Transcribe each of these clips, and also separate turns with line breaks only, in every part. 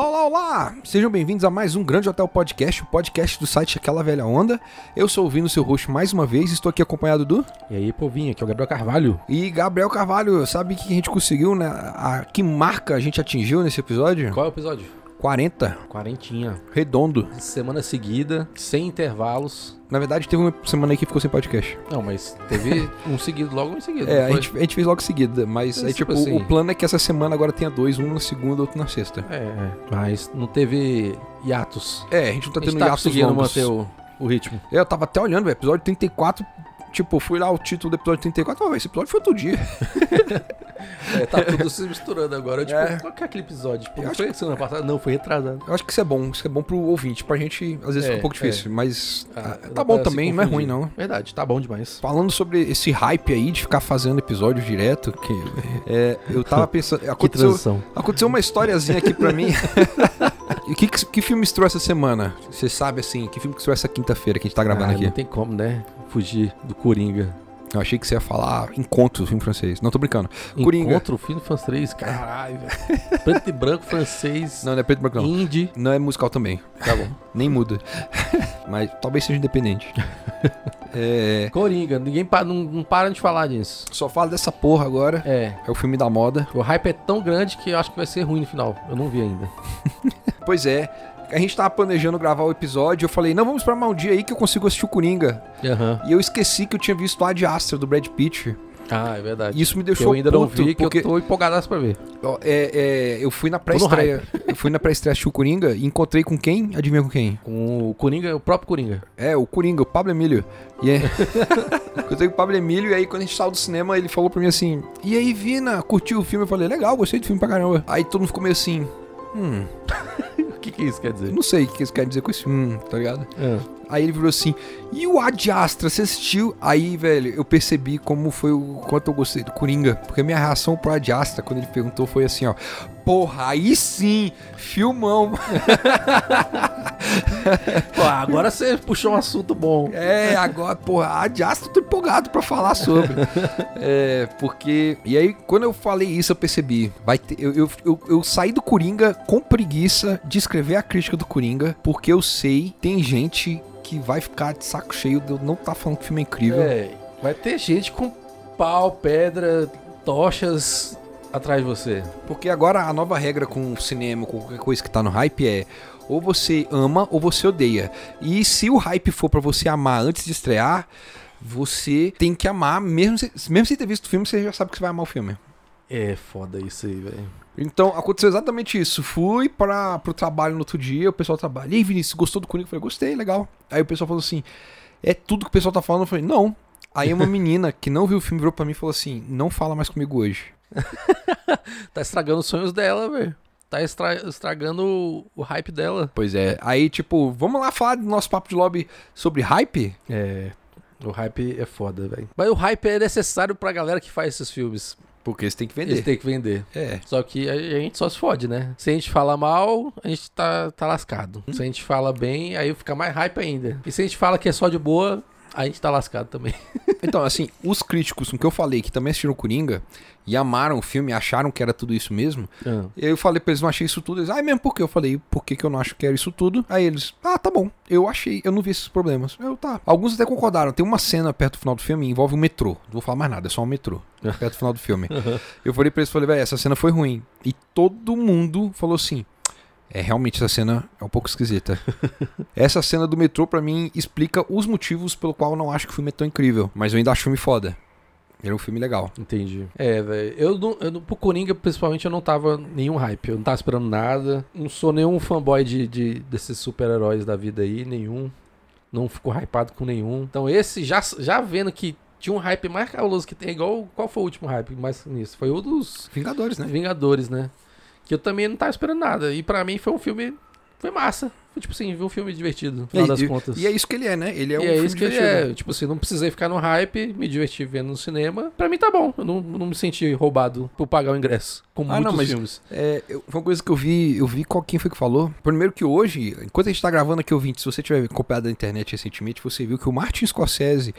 Olá, sejam bem-vindos a mais um Grande Hotel Podcast, o podcast do site Aquela Velha Onda. Eu sou o Vino, seu host, mais uma vez, estou aqui acompanhado do...
E aí, povinho, aqui é o Gabriel Carvalho.
E Gabriel Carvalho, sabe o que a gente conseguiu, né? A, que marca a gente atingiu nesse episódio?
Qual é o episódio?
40,
Quarentinha.
redondo.
Semana seguida, sem intervalos.
Na verdade, teve uma semana aí que ficou sem podcast.
Não, mas teve um seguido, logo em seguida.
É,
não
a
foi?
gente, a gente fez logo em seguida, mas
É,
aí, tipo,
tipo
o-
assim.
o plano é que essa semana agora tenha dois, um na segunda, outro na sexta.
É, é, mas não teve hiatos.
É, a gente não tá
A gente
tendo
tá
hiatos
conseguindo
longos. É,
manter o, o ritmo.
Eu tava até olhando, velho, episódio 34, tipo, fui lá o título do episódio 34, oh, esse episódio foi outro dia.
É, tá tudo se misturando agora. Tipo,
É.
qual que é aquele episódio? Tipo,
Eu
não
acho
foi semana passada? Não, foi retrasado.
Eu acho que isso é bom, isso é bom pro ouvinte, pra gente às vezes
É,
fica um pouco
é.
difícil, mas ah,
Ah,
tá
dá
bom
pra se
também, não é ruim
confundir.
não.
Verdade, tá bom demais.
Falando sobre esse hype aí de ficar fazendo episódio direto, que é, eu tava pensando, aconteceu, aconteceu uma historiazinha aqui pra mim. E que, que filme estreou essa semana? Você sabe assim, que filme que estreou essa quinta-feira que a gente tá gravando
Ah,
aqui?
Não tem como, né? Fugir do Coringa.
Eu achei que você ia falar Encontro, filme francês. Não tô brincando. Coringa.
Encontro o filme francês, caralho, velho. Preto e branco, francês,
Não, não é preto e branco não.
indie.
Não é musical também.
Tá bom.
Nem muda. Mas talvez seja independente. É,
Coringa, ninguém pa- não, não para de falar disso.
só fala dessa porra agora.
É.
É o filme da moda.
O hype é tão grande que eu acho que vai ser ruim no final. Eu não vi ainda.
Pois é. A gente tava planejando gravar o episódio. Eu falei, não, vamos pra um dia aí que eu consigo assistir o Coringa.
Aham.
E eu esqueci que eu tinha visto Ad Astra do Brad Pitt.
Ah, é verdade.
E isso me deixou
eu ainda não
puto,
vi, que
porque
eu tô empolgadaço pra ver.
ó, é, é, eu fui na pré-estreia. Eu fui na pré-estreia assistir o Coringa e encontrei com quem? Adivinha com quem?
Com o Coringa, o próprio Coringa.
É, o Coringa, o Pablo Emílio. E aí... eu tenho o Pablo Emílio, e aí quando a gente saiu do cinema, ele falou pra mim assim: E aí, Vina, curtiu o filme? Eu falei: Legal, gostei do filme pra caramba. Aí todo mundo ficou meio assim: Hum,
O que, que isso quer
eu
dizer?
não sei o que eles querem dizer com esse filme, tá ligado?
Ah.
Aí ele virou assim: E o Ad Astra, você assistiu? Aí, velho, eu percebi como foi o quanto eu gostei do Coringa. Porque a minha reação pro Ad Astra, quando ele perguntou, foi assim: Ó, porra, aí sim, filmão.
Pô, agora você puxou um assunto bom.
É, agora, porra, a Diasta eu tô empolgado pra falar sobre. É, porque. E aí, quando eu falei isso, eu percebi. Vai ter, eu, eu, eu, eu saí do Coringa com preguiça de escrever a crítica do Coringa, porque eu sei, tem gente que vai ficar de saco cheio de eu não tá falando que o filme é incrível.
É, vai ter gente com pau, pedra, tochas atrás de você.
Porque agora a nova regra com o cinema, com qualquer coisa que tá no hype é. Ou você ama ou você odeia. E se o hype for pra você amar antes de estrear, você tem que amar, mesmo, se- mesmo sem ter visto o filme, você já sabe que você vai amar o filme.
É foda isso aí, velho.
Então, aconteceu exatamente isso. Fui para pro trabalho no outro dia, o pessoal trabalha. E aí, Vinícius, gostou do Coringa? Eu falei, gostei, legal. Aí o pessoal falou assim: é tudo que o pessoal tá falando? Eu falei, não. Aí uma menina que não viu o filme virou pra mim e falou assim: não fala mais comigo hoje.
Tá estragando os sonhos dela, velho. Tá estra- estragando o- o hype dela.
Pois é. Aí, tipo, vamos lá falar do nosso papo de lobby sobre hype?
É. O hype é foda, velho. Mas o hype é necessário pra galera que faz esses filmes.
Porque você tem que
Eles
vender.
têm que vender.
É.
Só que a a gente só se fode, né? Se a gente fala mal, a gente tá, tá lascado. Se a gente fala bem, aí fica mais hype ainda. E se a gente fala que é só de boa, a gente tá lascado também.
Então, assim, os críticos com que eu falei que também assistiram o Coringa e amaram o filme, acharam que era tudo isso mesmo, E aí eu falei pra eles, não achei isso tudo. Eles, ah, é mesmo porque eu falei, por que, que eu não acho que era isso tudo? Aí eles, ah, tá bom, eu achei, eu não vi esses problemas. Eu, tá. Alguns até concordaram. Tem uma cena perto do final do filme, envolve um metrô. Não vou falar mais nada, é só um metrô. perto do final do filme. Eu falei pra eles, falei, velho, essa cena foi ruim. E todo mundo falou assim. É, realmente essa cena é um pouco esquisita. essa cena do metrô, pra mim, explica os motivos pelo qual eu não acho que o filme é tão incrível. Mas eu ainda acho o filme foda. Era um filme legal.
Entendi. É, velho. Eu, não- eu, não- pro Coringa, principalmente, eu não tava nenhum hype. Eu não tava esperando nada. Não sou nenhum fanboy de, de- desses super-heróis da vida aí, nenhum. Não ficou hypado com nenhum. Então, esse, já, já vendo que tinha um hype mais cabuloso que tem, igual. Qual foi o último hype mais nisso? Foi o dos
Vingadores, né?
Vingadores, né? Que eu também não tava esperando nada. E pra mim foi um filme. Foi massa. Foi tipo assim, foi um filme divertido, no final
E-
das
e-
contas.
E é isso que ele é, né? Ele é um
E é
filme
isso que ele
divertido.
é. Tipo assim, não precisei ficar no hype, me diverti vendo no cinema. Pra mim tá bom. Eu não, não me senti roubado por pagar o ingresso. Com
Ah,
muitos
não, mas-
filmes.
É, eu- foi uma coisa que eu vi, eu vi qual quem foi que falou. Primeiro que hoje, enquanto a gente tá gravando aqui, ouvinte, se você tiver acompanhado na internet recentemente, você viu que o Martin Scorsese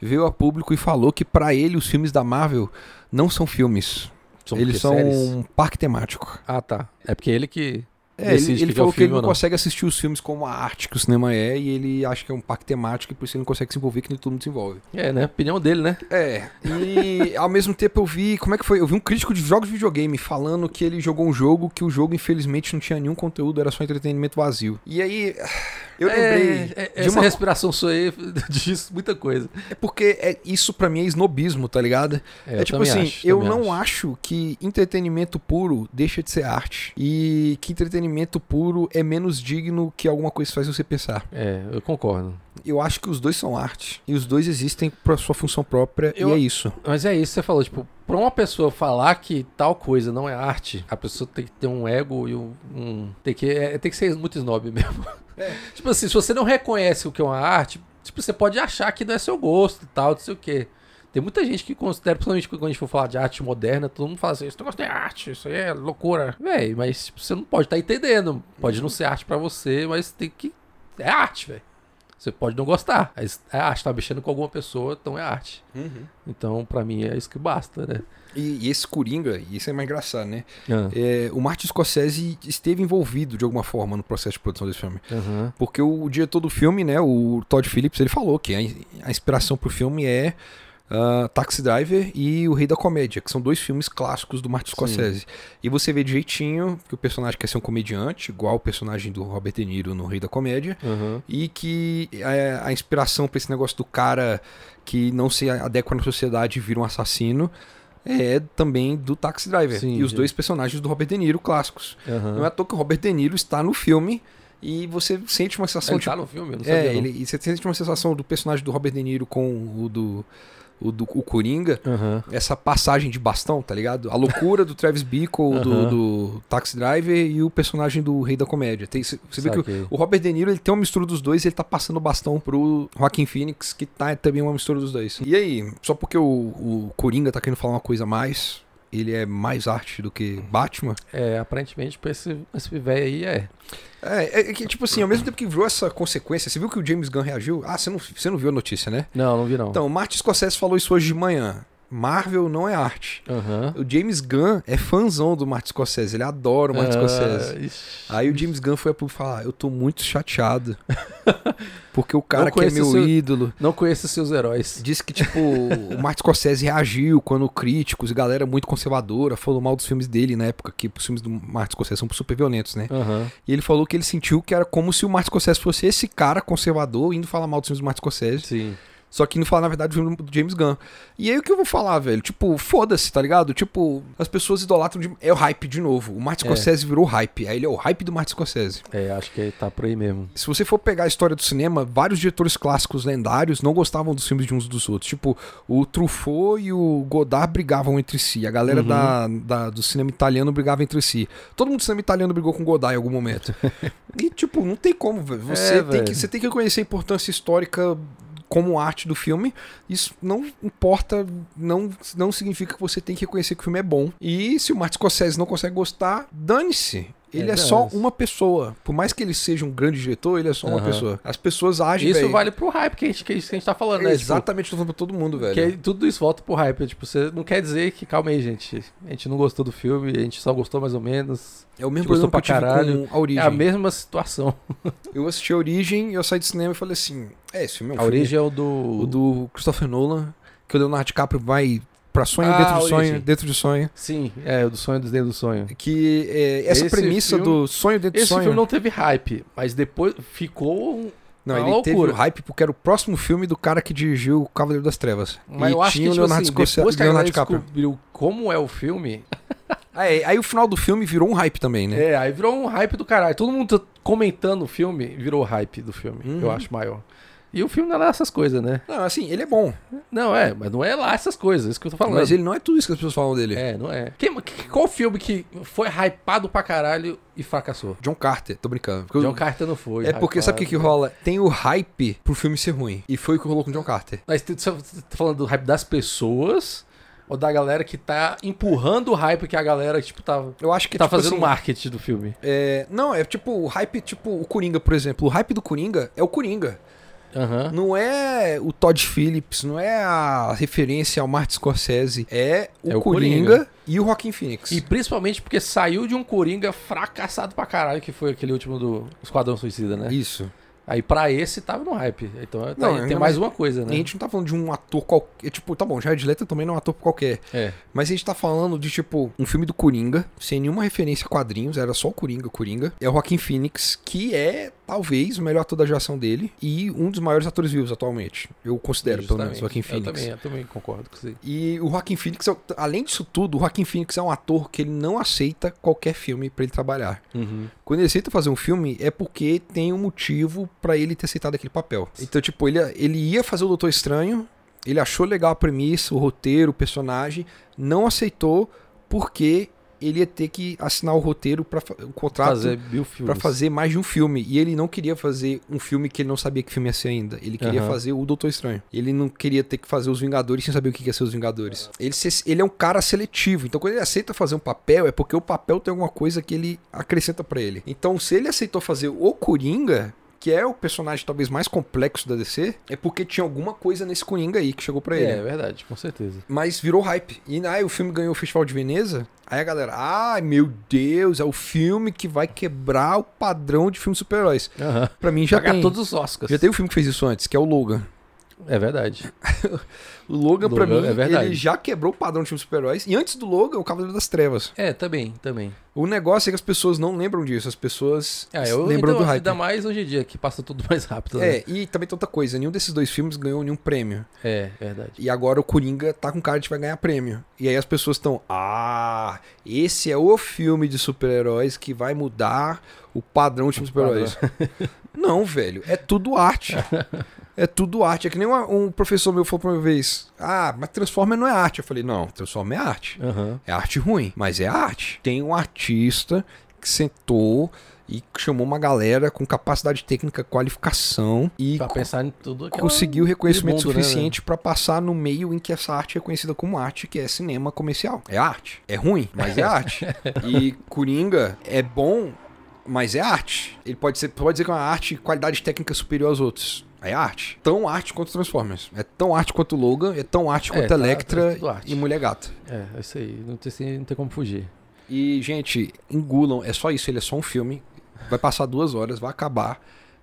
veio a público e falou que pra ele os filmes da Marvel não são filmes.
São
Eles
o quê?
são
Séries?
um parque temático.
Ah, tá. É porque ele que
É, ele,
decide
ele
que é o
falou que
filme
ele não
ou não.
consegue assistir os filmes como a arte que o cinema é e ele acha que é um parque temático e por isso ele não consegue se envolver que nem todo mundo se envolve.
É, né? Opinião dele, né?
É, e ao mesmo tempo eu vi, como é que foi? Eu vi um crítico de jogos de videogame falando que ele jogou um jogo que o jogo infelizmente não tinha nenhum conteúdo, era só entretenimento vazio. E aí, eu lembrei
É, é,
de
essa
uma
respiração sua aí diz muita coisa.
É porque é, isso pra mim é esnobismo, tá ligado?
É,
É,
eu
tipo
também
assim,
acho,
eu
também
não acho. que entretenimento puro deixa de ser arte. E que entretenimento puro é menos digno que alguma coisa que faz você pensar.
É, eu concordo.
Eu acho que os dois são arte. E os dois existem pra sua função própria.
Eu-
E é isso.
Mas é isso que você falou, tipo, pra uma pessoa falar que tal coisa não é arte, a pessoa tem que ter um ego e um. um- tem, que, é- tem que ser muito snob mesmo. tipo assim, se você não reconhece o que é uma arte, tipo, você pode achar que não é seu gosto e tal, não sei o quê. Tem muita gente que considera, principalmente quando a gente for falar de arte moderna, todo mundo fala assim, esse negócio não é arte, isso aí é loucura. Véi, mas tipo, você não pode estar entendendo. Pode não ser arte pra você, mas tem que. É arte, velho. Você pode não gostar. mas É arte, tá mexendo com alguma pessoa, então é arte. Então, pra mim, é isso que basta, né?
E, e esse Coringa, e isso é mais engraçado, né?
Ah,
É, o Martin Scorsese esteve envolvido de alguma forma no processo de produção desse filme.
Aham.
Porque o, o diretor do filme, né, o Todd Phillips, ele falou que a, in- a inspiração pro filme é ah, Taxi Driver e O Rei da Comédia, que são dois filmes clássicos do Martin Scorsese. E você vê direitinho que o personagem quer ser um comediante, igual o personagem do Robert De Niro no Rei da Comédia,
Aham.
e que é, a inspiração pra esse negócio do cara que não se adequa na sociedade e vira um assassino é também do Taxi Driver.
Sim, é.
e os
sim.
dois personagens do Robert De Niro clássicos. Não é à toa que o Robert De Niro está no filme e você sente uma sensação
Ele
de.
tá no filme, eu não sabia,
é,
não.
ele, e você sente uma sensação do personagem do Robert De Niro com o do. O do o Coringa,
Aham.
essa passagem de bastão, tá ligado? A loucura do Travis Bickle,
Aham.
do, do Taxi Driver e o personagem do Rei da Comédia. Tem, você você vê que o,
Saquei.
o Robert De Niro ele tem uma mistura dos dois e ele tá passando o bastão pro Joaquin Phoenix, que tá também uma mistura dos dois. E aí, só porque o, o Coringa tá querendo falar uma coisa a mais, ele é mais arte do que Batman,
É, aparentemente, pra esse, esse velho aí é.
É, é, é que, tipo assim, ao mesmo tempo que virou essa consequência, você viu que o James Gunn reagiu? Ah, você não, você não viu a notícia, né?
Não, não vi não.
Então, o Martin Scorsese falou isso hoje de manhã. Marvel não é arte.
Aham.
O James Gunn é fãzão do Martin Scorsese, ele adora o Martin
Ah,
Scorsese.
ixi.
Aí o James Gunn foi pro falar, eu tô muito chateado. Porque o cara
Não
que é
conheço
meu
seu-
ídolo
Não conheço seus heróis.
disse que, tipo, o Martin Scorsese reagiu quando críticos e galera muito conservadora falou mal dos filmes dele na época, que os filmes do Martin Scorsese são super violentos, né?
Aham.
E ele falou que ele sentiu que era como se o Martin Scorsese fosse esse cara conservador indo falar mal dos filmes do Martin Scorsese.
Sim.
Só que indo falar, na verdade, do filme do James Gunn. E aí o que eu vou falar, velho? Tipo, foda-se, tá ligado? Tipo, as pessoas idolatram. De... É o hype de novo. O Martin
É.
Scorsese virou hype. Aí ele é o hype do Martin Scorsese.
É, acho que tá por aí mesmo.
Se você for pegar a história do cinema, vários diretores clássicos lendários não gostavam dos filmes de uns dos outros. Tipo, o Truffaut e o Godard brigavam entre si. A galera
Uhum.
da, da- do cinema italiano brigava entre si. Todo mundo do cinema italiano brigou com o Godard em algum momento. e, tipo, não tem como, velho. Você,
É,
tem
velho.
que- você tem que reconhecer a importância histórica como arte do filme. Isso não importa, não, não significa que você tem que reconhecer que o filme é bom. E se o Martin Scorsese não consegue gostar, dane-se. Ele
É,
é, só
dane-se.
uma pessoa. Por mais que ele seja um grande diretor, ele é só uma
Aham.
pessoa. As pessoas agem.
Isso
véi.
vale pro hype que a gente, que a gente tá falando, né? Tipo,
Exatamente, tô falando pra todo mundo, velho.
que aí tudo isso volta pro hype. Tipo, você não quer dizer que, calma aí, gente. A gente não gostou do filme, a gente só gostou mais ou menos.
É o mesmo
Gostou
problema que eu tive
pra caralho.
com a Origem.
É a mesma situação.
Eu assisti a Origem, eu saí do cinema e falei assim: é, esse filme é um
A
filme-
origem é o do.
O do Christopher Nolan, que o Leonardo DiCaprio vai pra sonho
Ah,
dentro de
Origem.
sonho, dentro de sonho.
Sim, é o do sonho dos dedos do sonho.
Que é, essa
Esse
premissa
filme-
do sonho dentro
Esse
de sonho. né?
filme é não teve hype, mas depois ficou. um-
Não,
Uma
ele teve
loucura.
o hype porque era o próximo filme do cara que dirigiu o Cavaleiro das Trevas.
Mas eu acho que
o
tipo
Leonardo
assim,
Scorsese-
depois que a galera
Leonardo DiCaprio.
descobriu como é o filme,
Ah, é, aí o final do filme virou um hype também, né?
é, aí virou um hype do caralho. Todo mundo tá comentando o filme, virou hype do filme,
Uhum.
eu acho maior. E o filme não é lá essas coisas, né?
Não, assim, ele é bom,
Não, é, mas não é lá essas coisas, isso que eu tô falando.
mas ele não é tudo isso que as pessoas falam dele.
É, não é. Quem, que- qual filme que foi hypado pra caralho e fracassou?
John Carter, tô brincando. Porque o-
John Carter não foi.
é porque sabe o que, que rola? Tem o hype pro filme ser ruim. E foi o que rolou com John Carter.
Mas tu- você tá falando do hype das pessoas ou da galera que tá empurrando o hype que a galera, tipo, tá,
Eu acho que
tá
tipo,
fazendo
assim,
marketing do filme?
é, Não, é tipo o hype, tipo o Coringa, por exemplo. O hype do Coringa é o Coringa.
Aham.
Não é o Todd Phillips, não é a referência ao Martin Scorsese, é o,
É o
Coringa,
Coringa.
e o Joaquin Phoenix.
E principalmente porque saiu de um Coringa fracassado pra caralho, que foi aquele último do Esquadrão Suicida, né?
Isso.
Aí pra esse tava no hype. Então tá
Não,
aí,
ainda
tem
mais-
mais uma coisa,
E
né?
A gente não tá falando de um ator qualquer. Tipo, tá bom, Jared Leto também não é um ator qualquer.
É.
Mas a gente tá falando de, tipo, um filme do Coringa, sem nenhuma referência a quadrinhos, era só o Coringa, Coringa. É o Joaquin Phoenix, que é, talvez, o melhor ator da geração dele e um dos maiores atores vivos atualmente. Eu considero, pelo menos,
justamente.
o Joaquin Phoenix.
Eu também, eu também concordo com você.
E o Joaquin Phoenix, é o- além disso tudo, o Joaquin Phoenix é um ator que ele não aceita qualquer filme pra ele trabalhar. Quando ele aceita fazer um filme, é porque tem um motivo pra ele ter aceitado aquele papel. Então, tipo, ele, ele ia fazer o Doutor Estranho, ele achou legal a premissa, o roteiro, o personagem, não aceitou porque ele ia ter que assinar o roteiro, pra, fa- o contrato
Fazer mil filmes.
pra fazer mais de um filme. E ele não queria fazer um filme que ele não sabia que filme ia ser ainda. Ele queria
Aham.
fazer o Doutor Estranho. Ele não queria ter que fazer os Vingadores sem saber o que que ia ser os Vingadores. Ele, se- ele é um cara seletivo. Então, quando ele aceita fazer um papel, é porque o papel tem alguma coisa que ele acrescenta pra ele. Então, se ele aceitou fazer o Coringa. Que é o personagem talvez mais complexo da DC, é porque tinha alguma coisa nesse Coringa aí que chegou pra ele.
É, é verdade, com certeza.
Mas virou hype. E né, aí o filme ganhou o Festival de Veneza. Aí a galera, ai meu Deus, é o filme que vai quebrar o padrão de filmes de super-heróis.
Aham.
Pra mim já
Pagar
tem.
todos os Oscars.
Já tem um filme que fez isso antes, que é o Logan.
É verdade.
O Logan, pra
Logan,
mim,
é verdade.
ele já quebrou o padrão de filmes de super-heróis. E antes do Logan, o Cavaleiro das Trevas.
É, também, também.
O negócio é que as pessoas não lembram disso. As pessoas
É, eu
lembram
então,
do hype.
Ainda mais hoje em dia, que passa tudo mais rápido. né?
É, e também tem outra coisa. Nenhum desses dois filmes ganhou nenhum prêmio.
É, verdade.
E agora o Coringa tá com cara de que vai ganhar prêmio. E aí as pessoas estão, ah, esse é o filme de super-heróis que vai mudar o padrão de filme de super-heróis. Não, velho, é tudo arte. É tudo arte. É que nem uma- um professor meu falou pra mim uma vez, ah, mas Transformer não é arte. Eu falei, não, Transformer é arte.
Aham.
É arte ruim, mas é arte. Tem um artista que sentou e chamou uma galera com capacidade técnica, qualificação e
Pra pensar em tudo é um aquilo.
conseguiu reconhecimento
mundo, né,
suficiente pra passar no meio em que essa arte é conhecida como arte, que é cinema comercial. É arte. É ruim, mas é arte. E Coringa é bom, mas é arte. Ele pode ser, pode dizer que é uma arte de qualidade técnica superior aos outros. É arte. Tão arte quanto Transformers. É tão arte quanto Logan, é tão arte
É,
quanto
tá-
Electra
tá tudo arte.
e Mulher Gata.
É, é isso aí. Não tem, assim, não tem como fugir.
E, gente, engulam. É só isso. Ele é só um filme. Vai passar duas horas, vai acabar.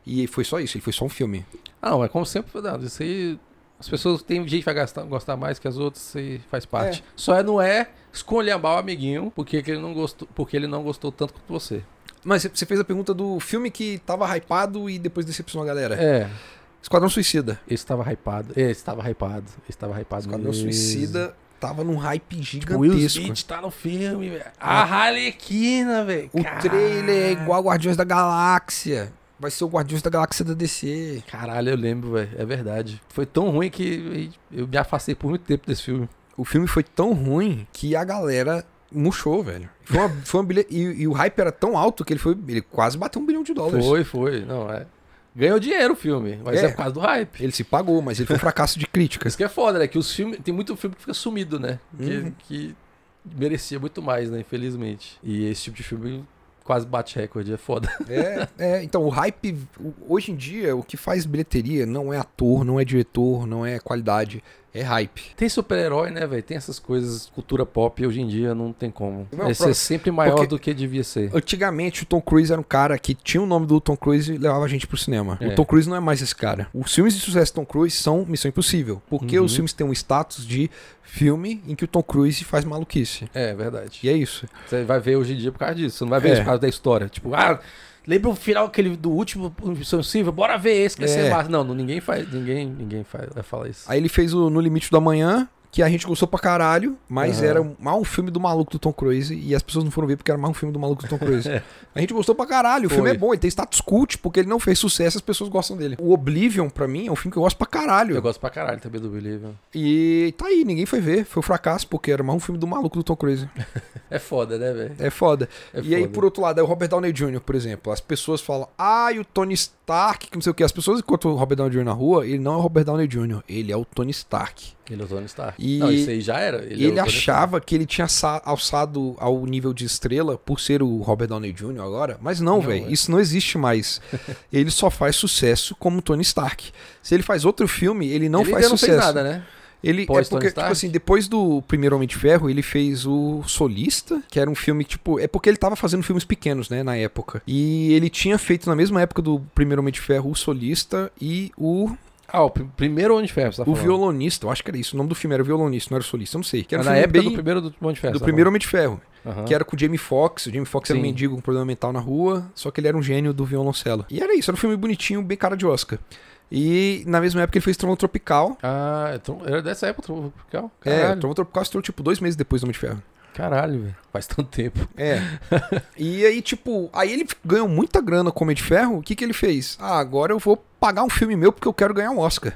E foi só isso. Ele foi só um filme.
Ah, não, é como sempre, Fernando. Isso aí. As pessoas tem gente que vai gastar- gostar mais que as outras, isso aí faz parte. Só é- não é escolhambar o amiguinho porque que ele não gostou, porque ele não gostou tanto quanto você.
Mas você fez a pergunta do filme que tava hypado e depois decepcionou a galera.
É,
Esquadrão Suicida.
esse tava hypado. Esse tava hypado. Esse tava hypado.
Esquadrão
mesmo.
Suicida tava num hype
Tipo, Will
gigantesco.
Smith tá no filme, velho. A Harlequina, velho.
O
Caralho.
trailer é igual Guardiões da Galáxia. Vai ser o Guardiões da Galáxia da DC.
Caralho, eu lembro, velho. É verdade. Foi tão ruim que eu me afastei por muito tempo desse filme.
O filme foi tão ruim que a galera murchou, velho. Foi uma, foi uma bilhe- e, e o hype era tão alto que ele foi. Ele quase bateu um bilhão de dólares.
Foi, foi. Não, é. Ganhou dinheiro o filme, mas
É.
é por causa do hype.
Ele se pagou, mas ele foi um fracasso de críticas.
Isso que é foda, né? Que os filmes. Tem muito filme que fica sumido, né? Que,
Uhum.
que merecia muito mais, né? Infelizmente. E esse tipo de filme quase bate recorde, é foda.
É, é, então o hype, o- hoje em dia, o que faz bilheteria não é ator, não é diretor, não é qualidade, é hype.
Tem super-herói, né, velho? Tem essas coisas, cultura pop, hoje em dia não tem como.
Não,
Vai
pro-
ser sempre maior
porque-
do que devia ser.
Antigamente, o Tom Cruise era um cara que tinha o nome do Tom Cruise e levava a gente pro cinema.
É.
O Tom Cruise não é mais esse cara. Os filmes de sucesso do Tom Cruise são Missão Impossível, porque
Uhum.
os filmes têm um status de filme em que o Tom Cruise faz maluquice.
É, verdade.
E é isso.
Você vai ver hoje em dia por causa disso. Você não vai ver
É.
isso por causa da história. Tipo, ah, lembra o final aquele do último Missão Silva? Bora ver esse, que vai
É.
ser massa. Não, não, ninguém faz. Ninguém, ninguém faz, vai falar isso.
Aí ele fez o No Limite do Amanhã, que a gente gostou pra caralho, mas
Aham.
era mais um filme do maluco do Tom Cruise e as pessoas não foram ver porque era mais um filme do maluco do Tom Cruise.
É.
A gente gostou pra caralho, o filme
Foi.
é bom, ele tem status cult porque ele não fez sucesso, as pessoas gostam dele. O Oblivion, pra mim, é um filme que eu gosto pra caralho.
Eu gosto pra caralho também do Believer.
E tá aí, ninguém foi ver, foi um fracasso porque era mais um filme do maluco do Tom Cruise.
É foda, né, velho?
É foda.
É
e aí,
foda.
por outro lado, é o Robert Downey Jr., por exemplo. As pessoas falam, ai, o Tony Stark, que não sei o que. As pessoas encontram o Robert Downey Jr. na rua, ele não é o Robert Downey Jr., ele é o Tony Stark.
Ele é o Tony Stark.
E
Não, isso aí já era.
ele,
é o
achava que ele tinha sa- alçado ao nível de estrela por ser o Robert Downey Jr. agora, mas não,
Não,
velho,
é.
isso não existe mais. ele só faz sucesso como Tony Stark. Se ele faz outro filme, ele não
Ele
faz
ainda não
sucesso.
fez nada, né?
Ele é
Pós Tony
porque, tipo
Stark?
assim, depois do primeiro Homem de Ferro, ele fez o Solista, que era um filme que, tipo, é porque ele tava fazendo filmes pequenos, né, na época. E ele tinha feito na mesma época do primeiro Homem de Ferro o Solista e o
Ah, o pr- primeiro Homem de Ferro, você tá
o
falando.
violonista, eu acho que era isso. O nome do filme era o violonista, não era o solista, eu não sei. Que era
Ah,
um
na
filme
época
bem
do primeiro do Homem de Ferro.
do
você tá
primeiro Homem de Ferro,
falando. Aham.
que era com o Jamie Foxx. O Jamie Fox era um
Sim.
mendigo com problema mental na rua, só que ele era um gênio do violoncelo. E era isso, era um filme bonitinho, bem cara de Oscar. E na mesma época ele fez Trono Tropical.
Ah, então era dessa época do Tropical?
É,
Caralho,
Trono Tropical estourou tipo dois meses depois do Homem de Ferro.
caralho, velho. Faz tanto tempo.
É. e aí, tipo, aí ele ganhou muita grana com o Homem de Ferro. O que, que ele fez? Ah, agora eu vou pagar um filme meu porque eu quero ganhar um Oscar.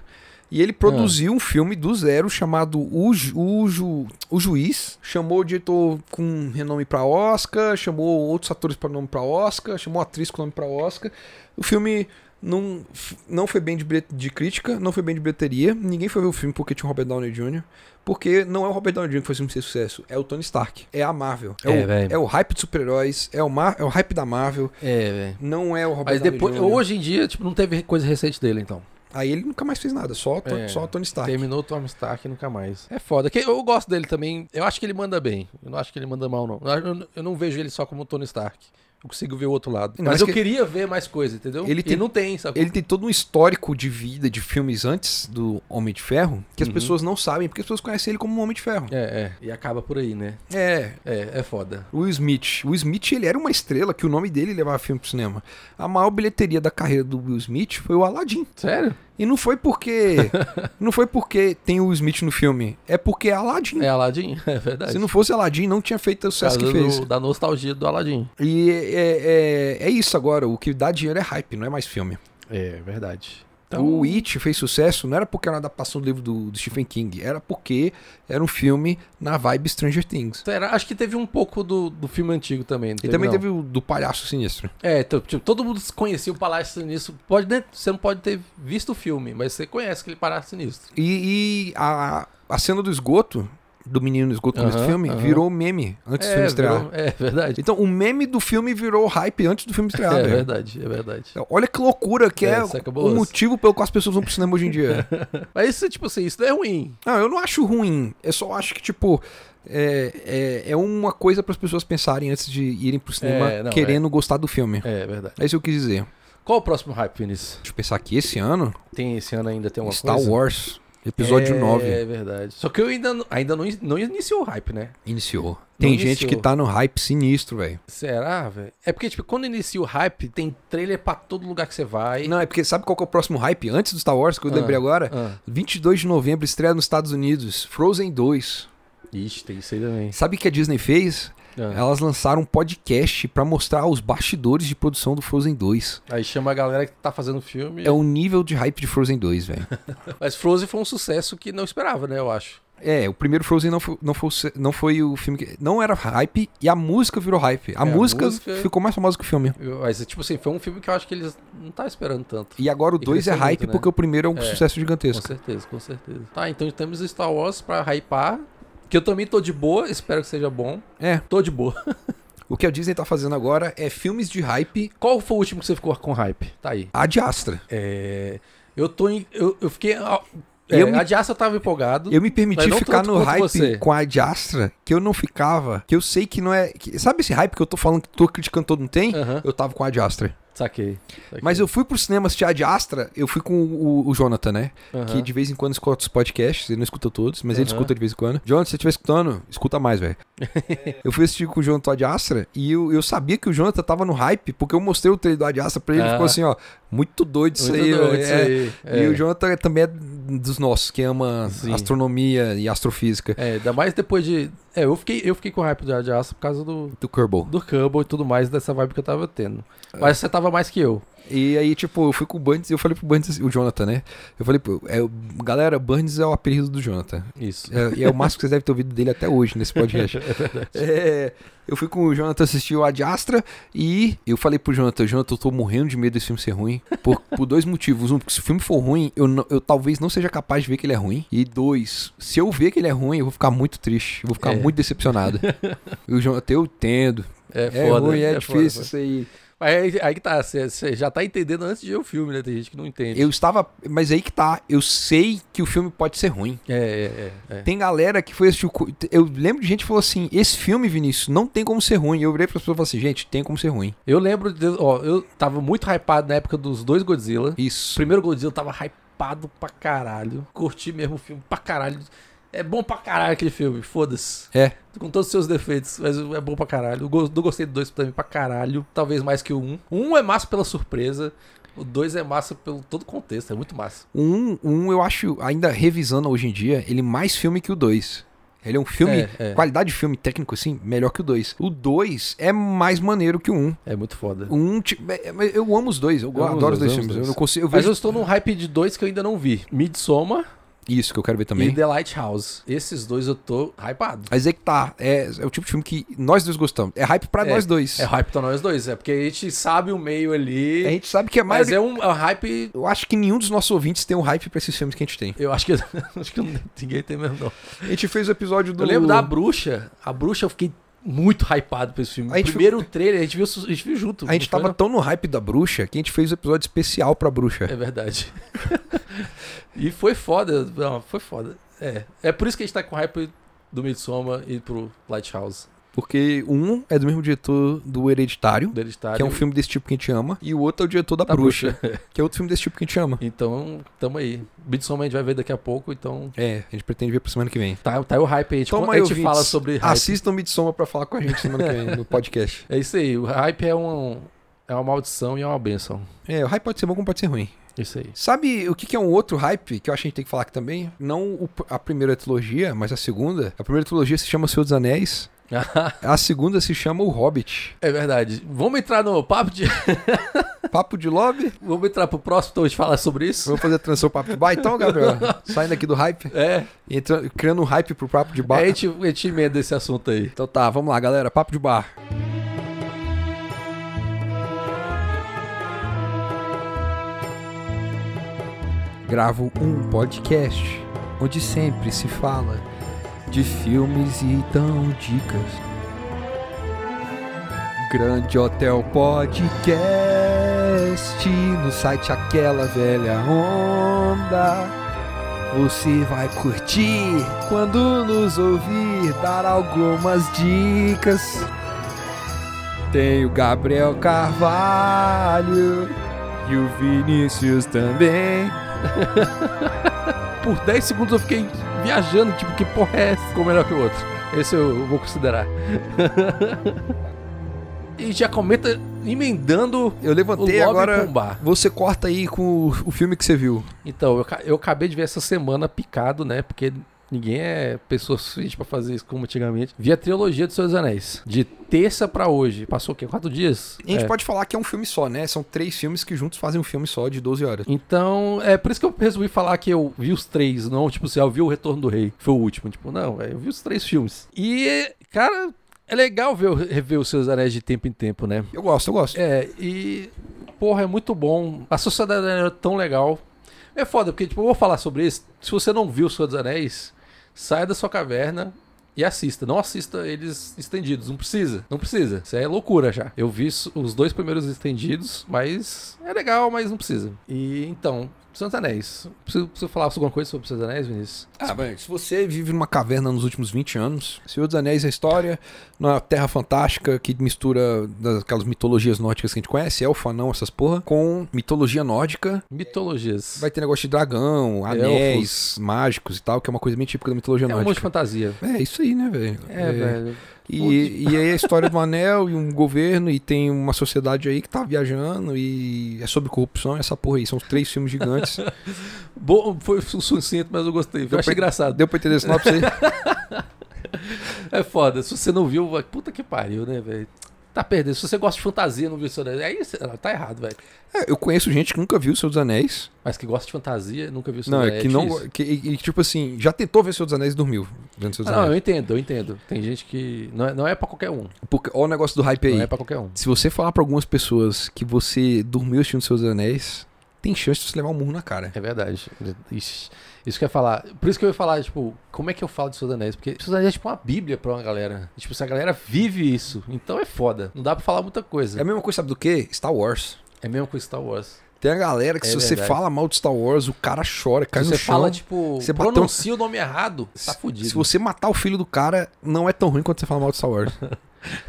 E ele produziu um filme do zero chamado O, Ju- o, Ju- o Juiz. Chamou o diretor com renome pra Oscar, chamou outros atores para nome pra Oscar, chamou a atriz com nome pra Oscar. O filme não, f- não foi bem de, bilhe- de crítica, não foi bem de bilheteria. Ninguém foi ver o filme porque tinha o Robert Downey Jr. Porque não é o Robert Downey Jr. que fez o filme ser sucesso, é o Tony Stark, é a Marvel. É,
É,
o,
velho.
é o hype de super-heróis, é, o mar- é o hype da Marvel,
É, velho.
não é o Robert
Mas
Downey
depois,
Jr.
hoje em dia, tipo, não teve coisa recente dele, então.
Aí ele nunca mais fez nada, só, o Ton-
É.
só o Tony Stark.
Terminou o Tom Stark e nunca mais. É foda. Que eu gosto dele também. Eu acho que ele manda bem. Eu não acho que ele manda mal, não. Eu, eu- eu não vejo ele só como o Tony Stark. Eu consigo ver o outro lado.
Não,
mas
mas
eu
que-
queria ver mais coisa, entendeu?
Ele
E
tem-
não tem, sacou?
Ele tem todo um histórico de vida de filmes antes do Homem de Ferro que as
Uhum.
pessoas não sabem, porque as pessoas conhecem ele como um Homem de Ferro.
É, é. E acaba por aí, né?
É,
É, é foda.
Will Smith. Will Smith, ele era uma estrela que o nome dele levava filme pro cinema. A maior bilheteria da carreira do Will Smith foi o Aladdin.
Sério?
E não foi porque não foi porque tem o Will Smith no filme, é porque é Aladdin.
É Aladdin? É verdade.
Se não fosse Aladdin, não tinha feito o
Por
sucesso
causa
que fez.
do- da nostalgia do Aladdin.
E é, é- é isso agora. O que dá dinheiro é hype, não é mais filme.
É, verdade.
O It fez sucesso não era porque era uma adaptação do livro do, do Stephen King, era porque era um filme na vibe Stranger Things.
Será? Acho que teve um pouco do, do filme antigo também. não
E também
não?
teve o do Palhaço Sinistro.
É, então, tipo, todo mundo conhecia o Palácio Sinistro. Pode, né, você não pode ter visto o filme, mas você conhece aquele Palácio Sinistro.
E, e a, a cena do esgoto, do menino no esgoto no
Aham,
filme,
aham.
virou meme antes do filme estrear.
virou- é verdade.
Então, o meme do filme virou hype antes do filme estrear,
é
velho.
verdade, é verdade.
Então, Olha que loucura que
É,
é,
isso é
o
cabuloso.
motivo pelo qual as pessoas vão pro cinema hoje em dia.
Mas isso, tipo assim, isso não é ruim.
não, eu não acho ruim. Eu só acho que, tipo, é, é, é uma coisa para as pessoas pensarem antes de irem pro cinema
É, não,
querendo gostar do filme.
É verdade.
É isso que eu quis dizer.
Qual o próximo hype, Vinícius?
Deixa eu pensar aqui, esse ano,
Tem esse ano ainda, tem uma
Star
coisa?
Wars, episódio
é,
9,
É verdade. Só que eu ainda, não- ainda não, in- não iniciou o hype, né?
iniciou. Tem gente
iniciou.
que tá no hype sinistro, velho.
Será, velho? É porque, tipo, quando inicia o hype, tem trailer pra todo lugar que você vai.
Não, é porque sabe qual que é o próximo hype antes do Star Wars que eu
Ah,
lembrei agora?
Ah.
22 de novembro estreia nos Estados Unidos Frozen 2.
Ixi, tem isso aí também.
Sabe o que a Disney fez?
Ah.
Elas lançaram um podcast pra mostrar os bastidores de produção do Frozen 2.
Aí chama a galera que tá fazendo o filme.
É o nível de hype de Frozen 2, velho.
Mas Frozen foi um sucesso que não esperava, né? Eu acho.
é, o primeiro Frozen não foi, não, foi, o se- não foi o filme que. Não era hype e a música virou hype. A,
É, a
música,
música-
ficou mais famosa que o filme.
Eu- mas, tipo assim, foi um filme que eu acho que eles não estavam esperando tanto.
E agora o
E
2 é
cresceu
hype
muito, né?
porque o primeiro é um
É.
sucesso
Com
gigantesco.
certeza, com certeza. Tá, então temos Star Wars pra hypar. Que eu também tô de boa, espero que seja bom.
É.
Tô de boa.
O que a Disney tá fazendo agora é filmes de hype
Qual foi o último que você ficou com hype? Tá aí.
ad astra.
É. Eu tô em. Eu, eu fiquei. ó, É,
Eu me-
A Diaça tava empolgado.
Eu me permiti
Mas não
ficar
tanto
no
quanto
hype
você.
com a Diastra que eu não ficava, que eu sei que não é. que- sabe esse hype que eu tô falando que tô criticando todo mundo tem?
Aham. É
Eu tava com a Diastra.
Saquei. saquei.
Mas eu fui pro cinema assistir a Diastra, eu fui com o, o Jonathan, né?
Aham.
Que de vez em quando escuta os podcasts, ele não escuta todos, mas ele
Aham.
escuta de vez em quando. Jonathan, se você estiver escutando, escuta mais, velho. eu fui assistir com o Jonathan a Diastra e eu, eu sabia que o Jonathan tava no hype, porque eu mostrei o trailer do Diastra pra ele e
Ah.
ficou assim, ó, muito doido isso
Muito
aí,
doido
velho.
isso
É.
aí. É.
E o Jonathan também é dos nossos, que ama
Sim.
astronomia e astrofísica.
É, ainda mais depois de. É, eu fiquei, eu fiquei com hype do Diaça por causa do,
Do Kerbal.
do Cubble e tudo mais, dessa vibe que eu tava tendo. Mas você tava mais que eu.
E aí, tipo, eu fui com o Bandes e eu falei pro Bandes, o Jonathan, né? Eu falei, pro- é, galera, Bandes é o apelido do Jonathan.
Isso.
É, e é o máximo que vocês devem ter ouvido dele até hoje nesse podcast. É, eu fui com o Jonathan assistir o Adiastra e eu falei pro Jonathan, Jonathan, eu tô morrendo de medo desse filme ser ruim. Por, por dois motivos. Um, porque se o filme for ruim, eu, não- eu talvez não seja capaz de ver que ele é ruim. E dois, se eu ver que ele é ruim, eu vou ficar muito triste. Eu vou ficar
É.
muito decepcionado. e o Jonathan, eu entendo.
É
É,
foda.
ruim, é,
foda,
difícil
foda.
isso aí.
Mas aí, aí que tá, você você já tá entendendo antes de ver o filme, né? Tem gente que não entende.
Eu estava. Mas aí que tá. Eu sei que o filme pode ser ruim.
É, é, é. é.
Tem galera que foi assistir o. cu- Eu lembro de gente que falou assim: esse filme, Vinícius, não tem como ser ruim. Eu olhei pra pessoa e falei assim: gente, tem como ser ruim.
Eu lembro, de, ó, eu tava muito hypado na época dos dois Godzilla. O
Isso.
primeiro Godzilla eu tava hypado pra caralho. Curti mesmo o filme pra caralho. É bom pra caralho aquele filme, foda-se.
É.
Com todos os seus defeitos, mas é bom pra caralho. Eu go- eu gostei do 2 também pra caralho. Talvez mais que o 1. Um. O 1 um é massa pela surpresa. O 2 é massa pelo todo o contexto, é muito massa.
O um, o um, eu acho, ainda revisando hoje em dia, ele é mais filme que o 2. Ele é um filme.
É, é.
Qualidade de filme técnico, assim, melhor que o 2. O 2 é mais maneiro que o 1. Um.
É muito foda.
O 1, um, ti- é- é- eu amo os dois, eu,
Eu amo
adoro os dois
os dois, eu amo os
filmes. Eu
dois.
não consigo. Eu
Mas
vejo
eu estou num hype de dois que eu ainda não vi. Midsommar
isso que eu quero ver também.
e The Lighthouse. Esses dois eu tô hypado.
Mas é que tá. É, é o tipo de filme que nós dois gostamos. É hype pra
É,
nós dois.
É hype pra nós dois, é porque a gente sabe o meio ali.
A gente sabe que é mais.
mas é um, é um hype.
Eu acho que nenhum dos nossos ouvintes tem um hype pra esses filmes que a gente tem.
Eu acho que, acho que não- ninguém tem mesmo, não.
A gente fez o episódio do.
Eu lembro da Bruxa. A Bruxa eu fiquei muito hypado pra esse filme.
A gente
Primeiro trailer, a gente, viu, su- a gente viu junto.
A gente
não foi,
tava
não?
tão no hype da bruxa que a gente fez o episódio especial pra bruxa.
É verdade. e foi foda. Não, foi foda. É. É por isso que a gente tá com hype do Midsommar e pro Lighthouse.
Porque um é do mesmo diretor do Hereditário,
Do Hereditário.
que é um filme desse tipo que a gente ama, e o outro é o diretor da,
da
bruxa, que é outro filme desse tipo que a gente ama.
Então, tamo aí. Midsommar a gente vai ver daqui a pouco, então
É, a gente pretende ver pra semana que vem.
tá, tá aí o hype aí. A gente,
Toma
a
aí,
gente
ouvintes.
fala sobre hype.
Assistam Midsommar pra falar com a gente semana que vem no podcast.
É isso aí. O hype é, um, é uma maldição e é uma benção.
É, o hype pode ser bom como pode ser ruim.
Isso aí.
Sabe o que, que é um outro hype que eu acho que a gente tem que falar aqui também? Não o- a primeira trilogia, mas a segunda. A primeira trilogia se chama Senhor dos Anéis. A segunda se chama O Hobbit.
é verdade. Vamos entrar no papo de.
Papo de lobby?
Vamos entrar pro próximo, então, a gente falar sobre isso?
Vamos fazer a transição papo de bar então, Gabriel? Saindo aqui do hype,
É,
entra, criando um hype pro papo de bar.
aí É, a gente, a gente emenda esse assunto aí.
Então tá, vamos lá, galera. Papo de bar. Gravo um podcast onde sempre se fala de filmes e dão dicas. Grande Hotel Podcast no site Aquela Velha Onda. Você vai curtir quando nos ouvir dar algumas dicas. Tem o Gabriel Carvalho e o Vinícius também.
Por 10 segundos eu fiquei viajando, tipo, que porra é essa? Ficou melhor que o outro. Esse eu vou considerar. e já comenta emendando
Eu
o
levantei
lobby
agora.
com o bar.
Você corta aí com o o filme que você viu.
Então, eu, ca- eu acabei de ver essa semana picado, né? Porque ninguém é pessoa suficiente pra fazer isso como antigamente. Vi a trilogia dos Seus Anéis. De terça pra hoje. Passou o quê? Quatro dias?
A gente
É.
pode falar que é um filme só, né? São três filmes que juntos fazem um filme só de 12 horas.
Então, é por isso que eu resolvi falar que eu vi os três, não, tipo, assim, ah, eu vi o Retorno do Rei, que foi o último. Tipo, não, é, eu vi os três filmes. E, cara, é legal ver, o- rever os seus anéis de tempo em tempo, né?
Eu gosto, eu gosto.
É, e, porra, é muito bom. A Sociedade era tão legal. É foda, porque, tipo, eu vou falar sobre isso. Se você não viu os seus anéis, saia da sua caverna. E assista, não assista eles estendidos, não precisa, não precisa, isso aí é loucura já. Eu vi s- os dois primeiros estendidos, mas é legal, mas não precisa. E então, Santos Anéis, preciso, preciso falar alguma coisa sobre Santos Anéis, Vinícius?
Ah, mas se você vive numa caverna nos últimos 20 anos, Senhor dos Anéis é história, numa terra fantástica que mistura das- aquelas mitologias nórdicas que a gente conhece, elfa, não, essas porra, com mitologia nórdica.
Mitologias.
Vai ter negócio de dragão, anéis, mágicos e tal, que é uma coisa bem típica da mitologia
é um monte de
nórdica.
fantasia.
É isso aí, né, velho?
É, velho.
E, e aí a história do anel e um governo e tem uma sociedade aí que tá viajando e é sobre corrupção e essa porra aí. São os três filmes gigantes.
Bom, foi sucinto, mas eu gostei. Eu
Deu
achei
pra-
engraçado.
Deu pra entender esse sinopse aí?
É foda, se você não viu, vai- puta que pariu, né, velho? Tá perdendo. Se você gosta de fantasia e não viu o Senhor dos Anéis, aí você- tá errado, velho.
É, eu conheço gente que nunca viu o Senhor dos Anéis.
Mas que gosta de fantasia, nunca viu o Senhor
Não,
dos
é
Anéis.
que não.
difícil.
Que, e- e, tipo assim, já tentou ver o Senhor dos Anéis e dormiu. Vendo o Senhor
Ah,
dos
não, eu
Anéis.
entendo, eu entendo. Tem gente que. Não é, não é pra qualquer um.
Porque, olha o negócio do hype aí.
Não é pra qualquer um.
Se você falar pra algumas pessoas que você dormiu assistindo Seus Anéis, tem chance de você levar um murro na cara.
É verdade. Ixi, isso que eu ia falar. Por isso que eu ia falar, tipo, como é que eu falo de Seus Anéis? Porque Seus Anéis é tipo uma bíblia pra uma galera. E, tipo, se a galera vive isso, então é foda. Não dá pra falar muita
É a
coisa.
mesma coisa, sabe do que? Star Wars.
É mesmo com Star Wars.
Tem a galera que
É
se você
verdade.
fala mal de Star Wars, o cara chora, cai
se
no
você
chão.
fala, tipo,
você bateu-
pronuncia o nome errado, tá fudido.
Se você matar o filho do cara, não é tão ruim quanto você falar mal de Star Wars.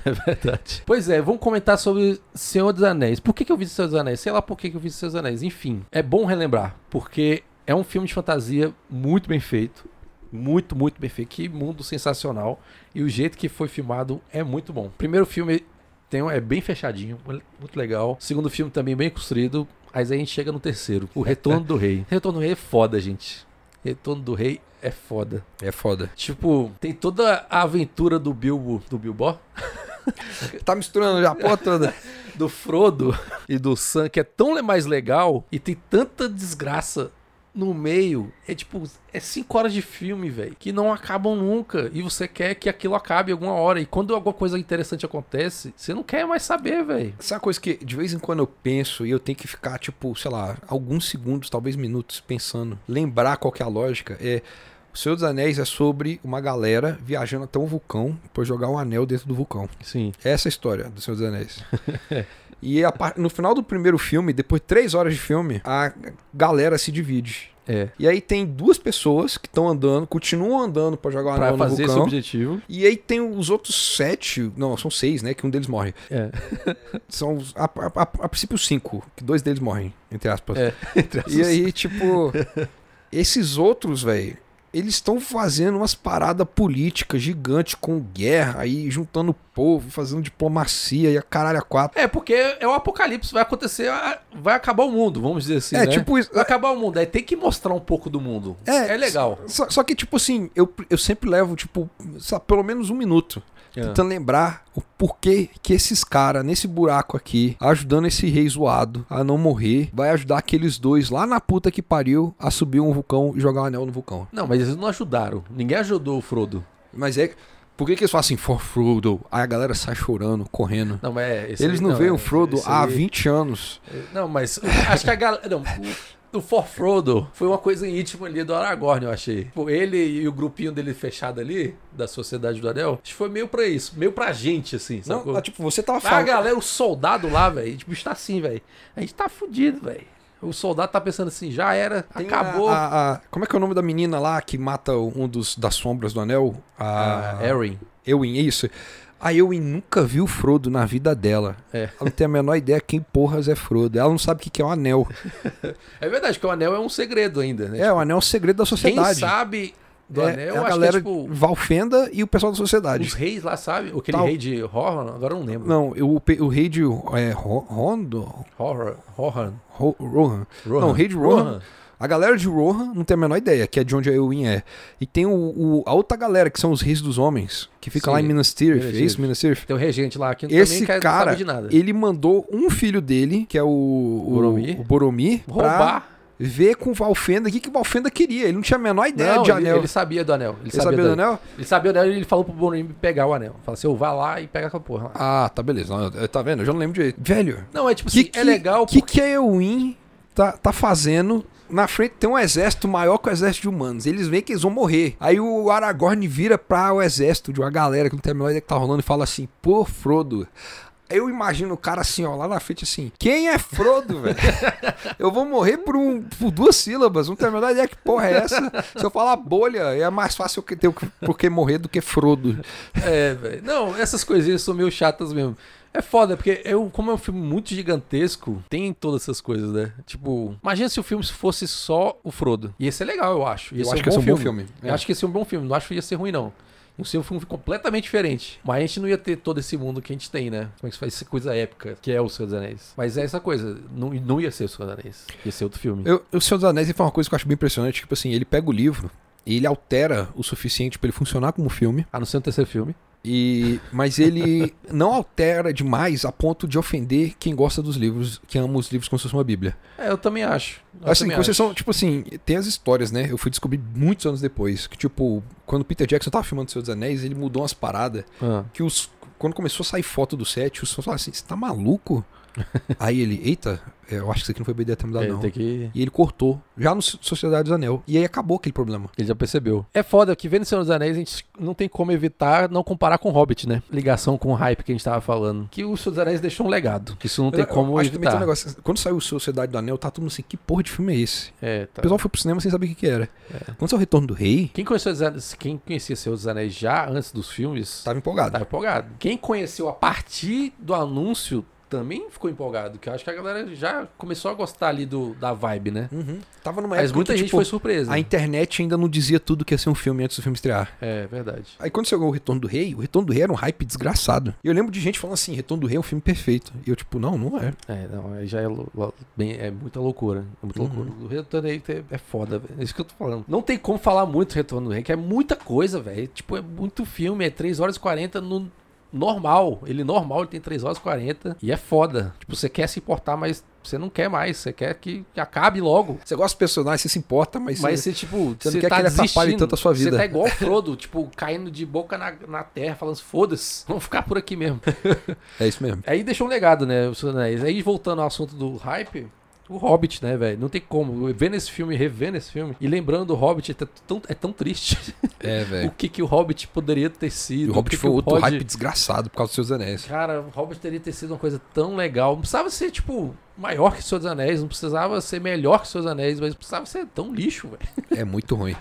É verdade. Pois é, vamos comentar sobre Senhor dos Anéis. Por que, que eu vi Senhor dos Anéis? Sei lá por que, que eu vi Senhor dos Anéis. Enfim, é bom relembrar, porque é um filme de fantasia muito bem feito. Muito, muito bem feito. Que mundo sensacional. E o jeito que foi filmado é muito bom. Primeiro filme tem, um- é bem fechadinho, muito legal. Segundo filme também bem construído. Mas aí a gente chega no terceiro, O Retorno do Rei. Retorno do Rei é foda, gente. Retorno do Rei é foda.
É foda.
Tipo, tem toda a aventura do Bilbo, do Bilbo,
Tá misturando já a porra toda.
do Frodo e do Sam, que é tão le- mais legal e tem tanta desgraça no meio. É tipo, é cinco horas de filme, velho, que não acabam nunca. E você quer que aquilo acabe alguma hora. E quando alguma coisa interessante acontece, você não quer mais saber, velho.
Sabe uma coisa que de vez em quando eu penso e eu tenho que ficar, tipo, sei lá, alguns segundos, talvez minutos, pensando, lembrar qual que é a lógica? É. O Senhor dos Anéis é sobre uma galera viajando até um vulcão pra jogar um anel dentro do vulcão.
Sim.
Essa é a história do Senhor dos Anéis. e a par- no final do primeiro filme, depois de três horas de filme, a galera se divide.
É.
E aí tem duas pessoas que estão andando, continuam andando pra jogar o
Pra
anel no
fazer esse
vulcão.
objetivo.
E aí tem os outros sete, não, são seis, né, que um deles morre.
É.
São, os- a, a- a- a princípio, cinco, que dois deles morrem, entre aspas.
É. Entre
E
essas-
aí, tipo, esses outros, velho, eles estão fazendo umas paradas políticas gigantes com guerra, aí juntando o povo, fazendo diplomacia e a caralho a quatro.
É, porque é o apocalipse, vai acontecer, a- vai acabar o mundo, vamos dizer assim,
é,
né?
tipo isso.
Vai acabar o mundo, aí tem que mostrar um pouco do mundo.
É.
é legal.
Só, só que, tipo assim, eu, eu sempre levo, tipo, sa- pelo menos um minuto
É.
tentando lembrar o porquê que esses caras, nesse buraco aqui, ajudando esse rei zoado a não morrer, vai ajudar aqueles dois lá na puta que pariu a subir um vulcão e jogar um anel no vulcão.
Não, mas eles não ajudaram. Ninguém ajudou o Frodo.
Mas é. Por que, que eles falam assim, for Frodo? Aí a galera sai chorando, correndo.
Não, mas é, esse
eles
aí-
não, veem
é,
o Frodo
esse
há
aí-
20 anos.
Não, mas acho que a galera. Não, o, o For Frodo foi uma coisa íntima ali do Aragorn, eu achei. Tipo, ele e o grupinho dele fechado ali, da Sociedade do Anel, acho que foi meio pra isso, meio pra gente, assim. sacou?
ah, tipo, você tava
Ah, a galera, o soldado lá, velho, tipo, está assim, velho. A gente tá fudido, velho. O soldado tá pensando assim, já era,
Tem
acabou.
a- a- a- como é que é o nome da menina lá que mata um dos das sombras do anel? A,
Erin.
Eowyn, é isso? A Eowyn nunca viu o Frodo na vida dela.
É.
Ela não tem a menor ideia quem porras é Frodo. Ela não sabe o que que é um anel.
É verdade, que o anel é um segredo ainda, né?
É, o anel é o segredo da
Quem
sociedade.
sabe do
é,
anel,
é a
acho
galera
que é tipo.
Valfenda e o pessoal da
Os
sociedade.
reis lá, sabe? Aquele
Tal.
rei de Horror, agora eu não lembro.
Não, o, pe- o rei de é, Ro- Rondo?
Horror, Horror.
Ro- Rohan. Não, o rei de Rohan. A galera de Rohan não tem a menor ideia, que é de onde a Eowyn é. E tem o, o- a outra galera, que são os reis dos homens, que fica
Sim,
lá em Minas Tirith.
Minas
É isso,
Tirith.
Minas Tirith?
Tem um regente lá que
Esse
também quer
cara,
saber de nada.
Ele mandou um filho dele, que é o, o
Boromir.
o Boromir, pra
Roubar.
ver com o Valfenda o que, que o Valfenda queria. Ele não tinha a menor ideia
não,
de
ele,
anel.
ele sabia do anel. Ele,
Ele sabia do anel?
Ele sabia do anel e ele falou pro Boninho pegar o anel. Falou assim, eu vá lá e pega aquela porra lá.
Ah, tá, beleza. Não, eu- tá vendo? Eu já não lembro direito. Velho,
Não, é tipo
o
assim, é legal
que,
porque...
que a Eowyn tá, tá fazendo? Na frente tem um exército maior que o exército de humanos. Eles veem que eles vão morrer. Aí o Aragorn vira pra o exército de uma galera que não tem a menor ideia que tá rolando e fala assim: pô, Frodo. Eu imagino o cara assim, ó, lá na frente assim: quem é Frodo, velho? Eu vou morrer por, um, por duas sílabas. Não tem a menor ideia que porra é essa. Se eu falar bolha, é mais fácil eu que ter porque morrer do que Frodo.
É, velho. Não, essas coisinhas são meio chatas mesmo. É foda, porque eu, como é um filme muito gigantesco, tem todas essas coisas, né? Tipo, imagina se o filme fosse só o Frodo. Ia ser legal, eu acho. Ia
Eu
ser
acho
um
que ia
bom
ser um bom
filme.
filme, é.
Eu acho que ia ser um bom filme. Não acho que ia ser ruim, não. Ia ser um filme completamente diferente. Mas a gente não ia ter todo esse mundo que a gente tem, né? Como é que se faz essa coisa épica, que é o Senhor dos Anéis. Mas é essa coisa. Não, não ia ser o Senhor dos Anéis. Ia ser outro filme.
Eu, o Senhor dos Anéis ele faz uma coisa que eu acho bem impressionante. Tipo assim, ele pega o livro e ele altera o suficiente pra ele funcionar como filme.
A não ser o terceiro filme.
E, mas ele não altera demais a ponto de ofender quem gosta dos livros, que ama os livros como se fosse uma bíblia.
É, eu também acho. Eu
assim,
também
com exceção,
acho.
tipo assim, tem as histórias, né? Eu fui descobrir muitos anos depois que, tipo, quando Peter Jackson tava filmando Senhor dos Anéis, ele mudou umas paradas
Ah,
que os. Quando começou a sair foto do set, os fãs falaram assim: você tá maluco? Aí ele, eita, é, eu acho que isso aqui não foi bem ideia ter mudado,
é,
não.
tem que...
E ele cortou, já no Sociedade dos Anel. E aí acabou aquele problema.
Ele já percebeu. É foda que vendo Senhor dos Anéis, a gente não tem como evitar não comparar com Hobbit, né? Ligação com o hype que a gente tava falando. Que o Senhor dos Anéis deixou um legado. Que isso não tem
Eu- eu
como
acho que também tem
evitar.
um negócio. Quando saiu Sociedade do Anel, tá todo mundo assim, que porra de filme é esse?
É, tá. É.
O pessoal foi pro cinema sem saber o que, que era. Quando saiu o Retorno do Rei,
Quem, conheceu os Anéis- quem conhecia Senhor dos Anéis já antes dos filmes,
tava empolgado.
tá empolgado. Quem conheceu a partir do anúncio também ficou empolgado. Que eu acho que a galera já começou a gostar ali do, da vibe, né?
Uhum. Tava numa
Mas
época
muita
que,
gente
tipo,
foi surpresa.
a internet ainda não dizia tudo que ia ser um filme antes do filme estrear.
É, verdade.
Aí quando chegou o Retorno do Rei, o Retorno do Rei era um hype desgraçado. E eu lembro de gente falando assim, Retorno do Rei é um filme perfeito. E eu tipo, não, não é.
É, não, aí já é, lou- lou- bem, é muita loucura. É muita
Uhum.
loucura. O Retorno do Rei é- é foda, velho. É isso que eu tô falando. Não tem como falar muito do Retorno do Rei, que é muita coisa, velho. Tipo, é muito filme, é 3 horas e 40 no normal. Ele é normal, ele tem 3 horas e 40. E é foda. Tipo, você quer se importar, mas você não quer mais. Você quer que que acabe logo.
Você gosta do personagem, você se importa, mas,
Mas
você...
você, tipo,
você não quer que ele atrapalhe
desistindo.
tanto a sua vida.
Você tá igual o Frodo, tipo, caindo de boca na, na terra, falando, foda-se, vamos ficar por aqui mesmo.
é isso mesmo.
Aí deixou um legado, né, os Senhor dos Anéis. Aí voltando ao assunto do hype, o Hobbit, né, velho? Não tem como. Vendo esse filme, revendo esse filme, e lembrando do Hobbit, é tão, é tão triste
É, velho.
o que, que o Hobbit poderia ter
E o
sido. o que
Hobbit
que
foi
o
outro
Hobbit-
hype desgraçado por causa dos seus anéis.
Cara, o Hobbit teria ter sido uma coisa tão legal. Não precisava ser, tipo, maior que os Senhor dos Anéis, não precisava ser melhor que os Senhor dos Anéis, mas precisava ser tão lixo, velho.
É muito ruim.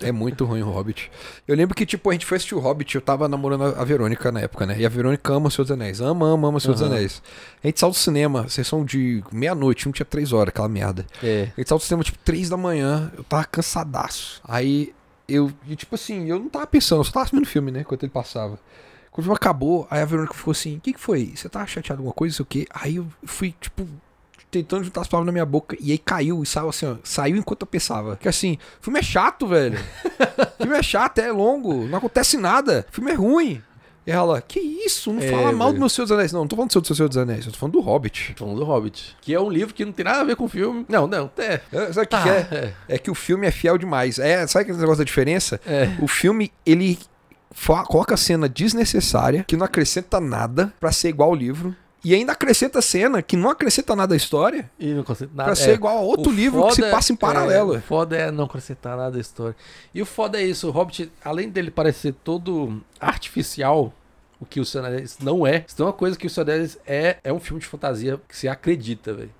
É muito ruim o Hobbit. Eu lembro que, tipo, a gente foi assistir o Hobbit, eu tava namorando a Verônica na época, né? E a Verônica ama Seus Anéis. Ama, ama, ama Seus
Aham.
Anéis. A gente saiu do cinema, sessão de meia-noite, um tinha três horas, aquela merda.
É.
A gente saiu do cinema, tipo, três da manhã, eu tava cansadaço. Aí, eu, e, tipo assim, eu não tava pensando, eu só tava assistindo o filme, né? Enquanto ele passava. Quando o filme acabou, aí a Verônica ficou assim, o que que foi? Você tá chateado com alguma coisa, não sei o quê? Aí eu fui, tipo, tentando juntar as palavras na minha boca, e aí caiu, e saiu assim, ó, saiu enquanto eu pensava. Que assim, filme é chato, velho. filme é chato, é longo, não acontece nada, filme é ruim. E ela, que isso? Não
É,
fala mal do
velho.
meu Senhor dos Anéis. Não, não tô falando do seu Senhor dos Anéis, eu tô falando do Hobbit.
Falando do Hobbit. Que é um livro que não tem nada a ver com o filme. Não, não, é.
É, Sabe o que
Tá.
que é?
é.
É que o filme é fiel demais. É, sabe aquele negócio da diferença?
É.
O filme, ele fa- coloca cena desnecessária, que não acrescenta nada pra ser igual ao livro. E ainda acrescenta cena que não acrescenta nada à história
E não consigo nada.
pra ser igual a outro livro que se passa em paralelo.
É, o foda é não acrescentar nada da história. E o foda é isso, o Hobbit, além dele parecer todo artificial, o que o Senhor dos Anéis não é, isso é uma coisa que o Senhor dos Anéis é, é um filme de fantasia que você acredita, velho.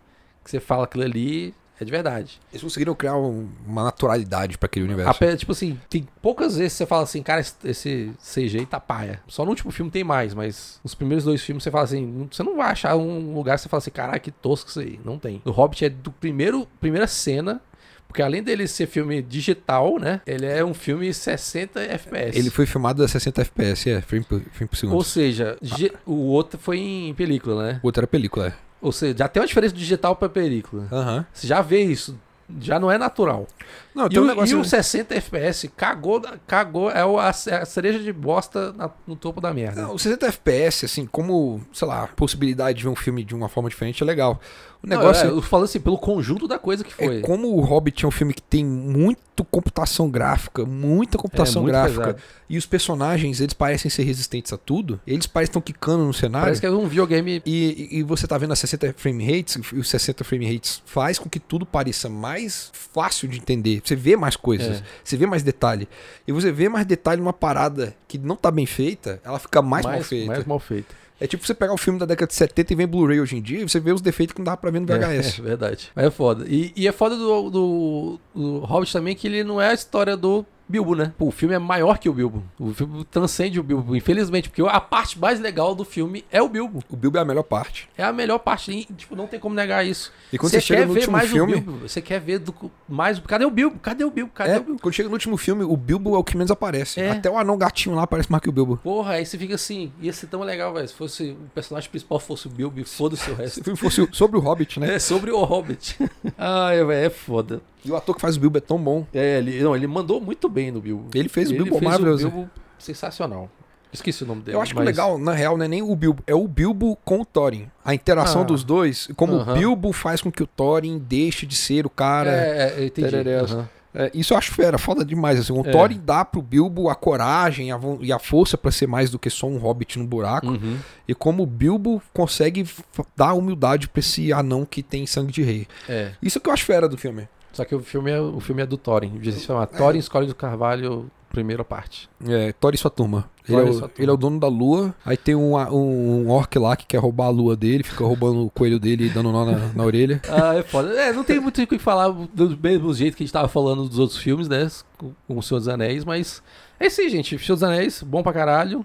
Que você fala aquilo ali é de verdade.
Eles conseguiram criar um- uma naturalidade pra aquele universo.
Ape- tipo assim, tem poucas vezes que você fala assim, cara, esse- esse CGI tá paia. Só no último filme tem mais, mas os primeiros dois filmes você fala assim, não- você não vai achar um lugar que você fala assim, caralho, que tosco isso aí. Não tem. O Hobbit é do primeiro, primeira cena, porque além dele ser filme digital, né, ele é um filme 60 FPS.
Ele foi filmado a 60 FPS, é, frame por, frame por segundo.
Ou seja, ge- o outro foi em película, né?
O outro era película, é.
Ou seja, já tem uma diferença do digital pra película.
Aham.
Você já vê isso. Já não é natural.
Não,
E,
tem um
o-
negócio...
e o 60 FPS cagou, da- cagou é o- a, a cereja de bosta na- no topo da merda.
Não, o 60 FPS, assim, como, sei lá, possibilidade de ver um filme de uma forma diferente é legal. O
Não,
negócio
é, eu falo assim, pelo conjunto da coisa que foi.
É como o Hobbit é um filme que tem muito computação gráfica, muita computação
muito
gráfica,
pesado.
e os personagens, eles parecem ser resistentes a tudo, eles parecem estão quicando no cenário.
Parece que é um videogame.
E, e você tá vendo a 60 frame rates, e os 60 frame rates faz com que tudo pareça mais fácil de entender. Você vê mais coisas,
É.
você vê mais detalhe. E você vê mais detalhe numa parada que não tá bem feita, ela fica mais, mal feita.
mais mal feito.
É tipo você pegar um filme da década de 70 e ver em Blu-ray hoje em dia, e você vê os defeitos que não dava pra ver no VHS.
É, é verdade. Mas é foda. E, e é foda do, do, do Hobbit também que ele não é a história do Bilbo, né? Pô, o filme é maior que o Bilbo. O filme transcende o Bilbo, infelizmente, porque a parte mais legal do filme é o Bilbo.
O Bilbo é a melhor parte.
É a melhor parte. E, tipo, não tem como negar isso.
E quando você chega
quer
no
ver
último
mais
filme-
o Bilbo. Você quer ver do, mais o. Cadê o Bilbo? Cadê o Bilbo? Cadê
É,
o Bilbo?
quando chega no último filme, o Bilbo é o que menos aparece.
É.
Até o anão gatinho lá aparece mais que o Bilbo.
Porra, aí você fica assim, ia ser tão legal, velho. Se fosse o personagem principal fosse o Bilbo, e foda-se o
Se
resto.
o filme fosse sobre o Hobbit, né?
É sobre o Hobbit. Ai, velho, é foda.
E o ator que faz o Bilbo é tão bom.
É, ele, não, ele mandou muito bem no Bilbo.
Ele fez o Bilbo
fez
maravilhoso.
Bilbo sensacional. Esqueci o nome dele.
Eu acho que o
mas-
legal, na real, não é nem o Bilbo, é o Bilbo com o Thorin. A interação
Ah.
dos dois, como
Aham.
o Bilbo faz com que o Thorin deixe de ser o cara.
É, é, eu entendi.
tereréus.
Aham.
É, isso eu acho fera, foda demais. Assim, o
É.
Thorin dá pro Bilbo a coragem a von- e a força pra ser mais do que só um hobbit no buraco.
Uhum.
E como o Bilbo consegue f- dar humildade pra esse anão que tem sangue de rei.
É.
Isso que eu acho fera do filme.
Só que o filme é, o filme é do Thorin. Devia se chamar Thorin Escolhe do Carvalho, primeira parte.
É, Thorin e sua turma. Ele, é
Thorin e
o,
sua turma.
ele é o dono da lua. Aí tem um, a- um, um orc lá que quer roubar a lua dele, fica roubando o coelho dele e dando nó na, na orelha.
Ah, é foda. É, não tem muito o que falar do mesmo jeito que a gente tava falando dos outros filmes, né? Com, com o Senhor dos Anéis, mas. É isso aí, gente. Senhor dos Anéis, bom pra caralho.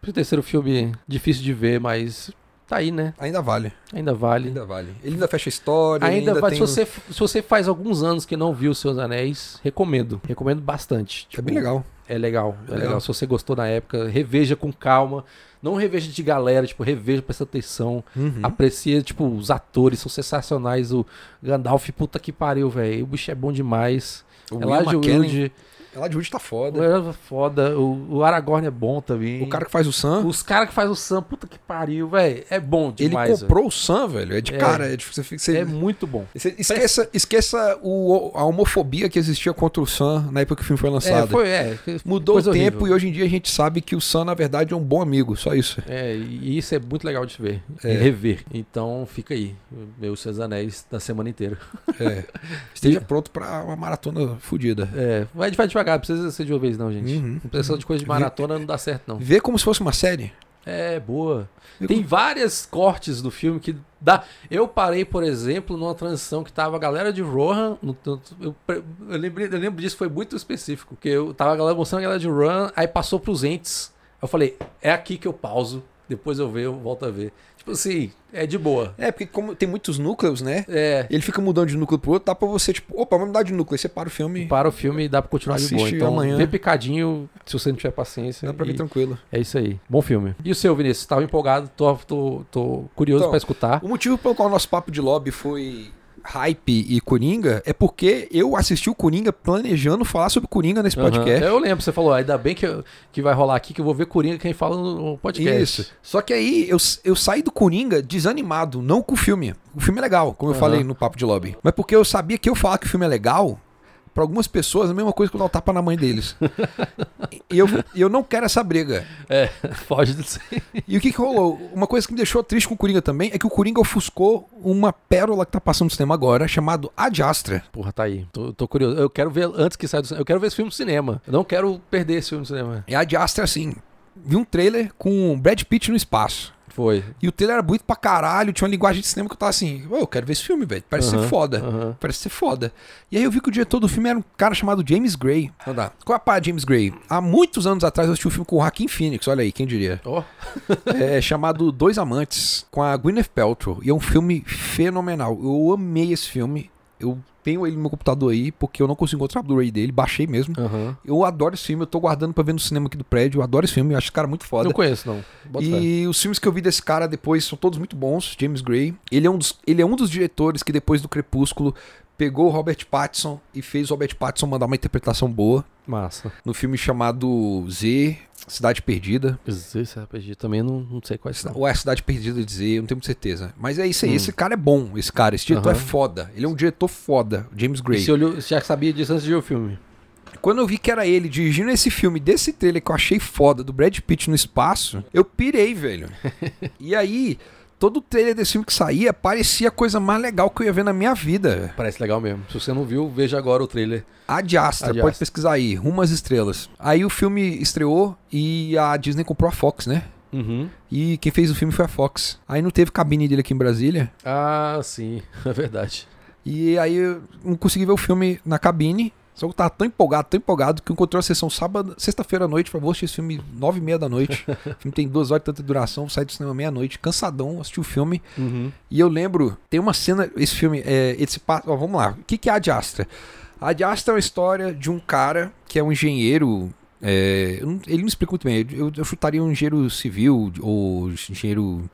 Pro terceiro filme, difícil de ver, mas. Tá aí, né?
Ainda vale.
Ainda vale.
Ainda vale. Ele ainda fecha a história. ele
Ainda,
ainda
vai-
tem
se,
um-
você, se você faz alguns anos que não viu os seus anéis, recomendo. Recomendo bastante.
É
Tipo,
bem legal.
É legal, é
É
legal.
legal.
Se você gostou na época, reveja com calma. Não reveja de galera, tipo, reveja, presta atenção.
Uhum.
Aprecia, tipo, os atores são sensacionais. O Gandalf, puta que pariu, velho. O bicho é bom demais. É
O
Elijah Wood,
Ela de Wood tá
o
foda.
Elva foda. O, o Aragorn é bom também.
O cara que faz o Sam,
Os caras que fazem o Sam, puta que pariu, velho. É bom
ele
demais. velho.
comprou o Sam, velho. É de
É.
cara. É de- você, fica- você-
É muito bom.
você esqueça esqueça o, a homofobia que existia contra o Sam na época que o filme foi lançado.
É, foi, é,
Mudou
coisa
o tempo
horrível.
e hoje em dia a gente sabe que o Sam, na verdade, é um bom amigo. Só isso.
É, e isso é muito legal de ver,
É.
e rever. Então fica aí, meus seus anéis da semana inteira.
É. Esteja pronto pra uma maratona fodida.
É, vai, vai devagar, não precisa ser de uma vez não, gente.
Uhum.
Não precisa de coisa de maratona, não dá certo não.
Vê como se fosse uma série.
É, boa.
Vê
Tem várias cortes do filme que dá... Eu parei, por exemplo, numa transição que tava a galera de Rohan, no tanto- eu, pre- eu lembrei, eu lembro disso, foi muito específico, porque eu tava a galera, mostrando a galera de Rohan, aí passou pros entes. Eu falei, é aqui que eu pauso, depois eu vejo, eu volto a ver. Tipo assim, é de boa.
É, porque como tem muitos núcleos, né?
É,
Ele fica mudando de núcleo pro outro, dá pra você, tipo, opa, vamos mudar de núcleo. Aí você para o filme.
para o filme e dá pra continuar de boa.
Assiste
Então,
amanhã.
vê picadinho, se você não tiver paciência.
Dá pra ver
e
tranquilo.
é isso aí. Bom filme. E o seu, Vinícius? Tava empolgado, tô, tô, tô curioso
Então,
pra escutar.
O motivo pelo qual o nosso papo de lobby foi hype e Coringa é porque eu assisti o Coringa planejando falar sobre Coringa nesse podcast.
Aham. é Eu lembro, você falou, ainda bem que, eu- que vai rolar aqui, que eu vou ver Coringa quem fala no podcast.
Isso. Só que aí eu, eu saí do Coringa desanimado, não com o filme. O filme é legal, como eu
Aham.
falei no papo de lobby. Mas porque eu sabia que eu falar que o filme é legal, pra algumas pessoas é a mesma coisa que eu dar um tapa na mãe deles. e eu, e eu não quero essa briga.
É, foge disso.
E o que, que rolou? Uma coisa que me deixou triste com o Coringa também é que o Coringa ofuscou uma pérola que tá passando no cinema agora, chamado Ad Astra.
Porra, tá aí. Tô, tô curioso. Eu quero ver antes que saia do cinema. Eu quero ver esse filme no cinema. Eu não quero perder esse filme no cinema.
É a de Astra, assim. Vi um trailer com Brad Pitt no espaço.
Foi.
E o trailer era bonito pra caralho, tinha uma linguagem de cinema que eu tava assim, "Ué, eu quero ver esse filme, velho. Parece
Aham,
ser foda.
aham.
Parece ser foda. E aí eu vi que o diretor do filme era um cara chamado James Gray. Não
Então
dá. Qual é a parada de James Gray? Há muitos anos atrás eu assisti um filme com o Joaquin Phoenix, olha aí, quem diria.
Ó,
É chamado Dois Amantes, com a Gwyneth Paltrow. E é um filme fenomenal. Eu amei esse filme. Eu tenho ele no meu computador aí, porque eu não consigo encontrar o Blu-ray dele, baixei mesmo.
aham.
Eu adoro esse filme, eu tô guardando pra ver no cinema aqui do prédio. Eu adoro esse filme, eu acho esse cara muito foda.
Não conheço, não. Bota fé.
E os filmes que eu vi desse cara depois são todos muito bons. James Gray. Ele é um dos, ele é um dos diretores que depois do Crepúsculo pegou o Robert Pattinson e fez o Robert Pattinson mandar uma interpretação boa
Massa.
no filme chamado Z, Cidade Perdida.
Esse RPG também não, não sei quais são.
Ou é a Cidade Perdida de Z, eu não tenho muita certeza. Mas é isso aí, esse cara é bom, esse cara. Esse diretor
Hum. Aham.
é foda. Ele é um diretor foda, o James
E
Gray.
Você olhou, você já sabia disso antes de ver o filme.
Quando eu vi que era ele dirigindo esse filme, desse trailer que eu achei foda, do Brad Pitt no espaço, eu pirei, velho. e aí, todo trailer desse filme que saía parecia a coisa mais legal que eu ia ver na minha vida.
Parece legal mesmo. Se você não viu, veja agora o trailer.
Ad Astra,
Ad
pode
Astra.
pesquisar aí, Rumo às Estrelas. Aí o filme estreou e a Disney comprou a Fox, né?
Uhum.
E quem fez o filme foi a Fox. Aí não teve cabine dele aqui em Brasília.
Ah, sim, é verdade.
E aí eu não consegui ver o filme na cabine. Só que eu tava tão empolgado, tão empolgado, que eu encontrei uma sessão sábado, sexta-feira à noite, pra vou assistir esse filme nove e meia da noite. o filme tem duas horas e tanta duração, sai do cinema meia-noite, cansadão, assisti o filme. E eu lembro, tem uma cena, esse filme, é, esse, pa- ó, vamos lá, o que, que é a Diastra? A Diastra é uma história de um cara que é um engenheiro, é, eu não- ele não explica muito bem, eu, eu chutaria um engenheiro civil ou engenheiro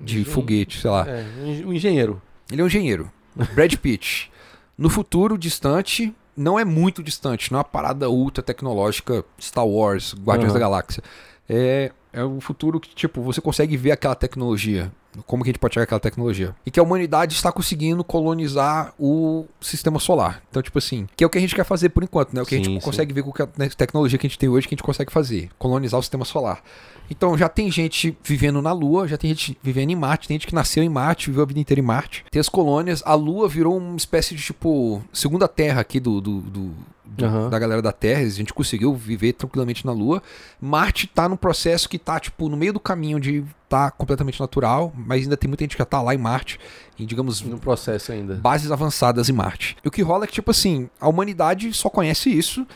de
Engenheiro.
foguete, sei lá.
É, um engen- um engenheiro.
Ele é um engenheiro. Brad Pitt. No futuro distante, não é muito distante, não é uma parada ultra tecnológica Star Wars, Guardiões da
Aham.
Galáxia. é, é um futuro que, tipo, você consegue ver aquela tecnologia. Como que a gente pode chegar àquela tecnologia? E que a humanidade está conseguindo colonizar o sistema solar. Então, tipo assim, que é o que a gente quer fazer por enquanto, né? O que a
Sim,
gente
sim.
consegue ver com a né, tecnologia que a gente tem hoje, que a gente consegue fazer. Colonizar o sistema solar. Então, já tem gente vivendo na Lua, já tem gente vivendo em Marte, tem gente que nasceu em Marte, viveu a vida inteira em Marte. Tem as colônias. A Lua virou uma espécie de, tipo, segunda terra aqui do- do- do, do-
Aham.
da galera da Terra, a gente conseguiu viver tranquilamente na Lua. Marte tá num processo que tá, tipo, no meio do caminho de tá completamente natural, mas ainda tem muita gente que já tá lá em Marte, em, digamos,
No processo ainda.
bases avançadas em Marte. E o que rola é que, tipo assim, a humanidade só conhece isso.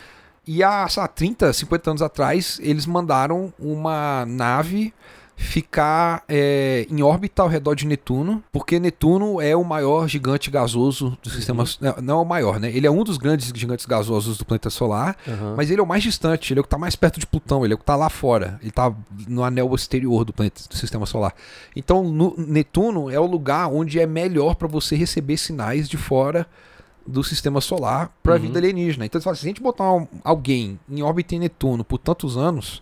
E há, sei lá, 30, 50 anos atrás, eles mandaram uma nave ficar é, em órbita ao redor de Netuno, porque Netuno é o maior gigante gasoso do sistema. não- Não é o maior, né? Ele é um dos grandes gigantes gasosos do planeta solar.
Aham.
Mas ele é o mais distante, ele é o que tá mais perto de Plutão, ele é o que tá lá fora, ele tá no anel exterior do planeta do sistema solar. Então, no- Netuno é o lugar onde é melhor para você receber sinais de fora do sistema solar para
Uhum.
vida alienígena. Então, você fala, se a gente botar um- alguém em órbita em Netuno por tantos anos,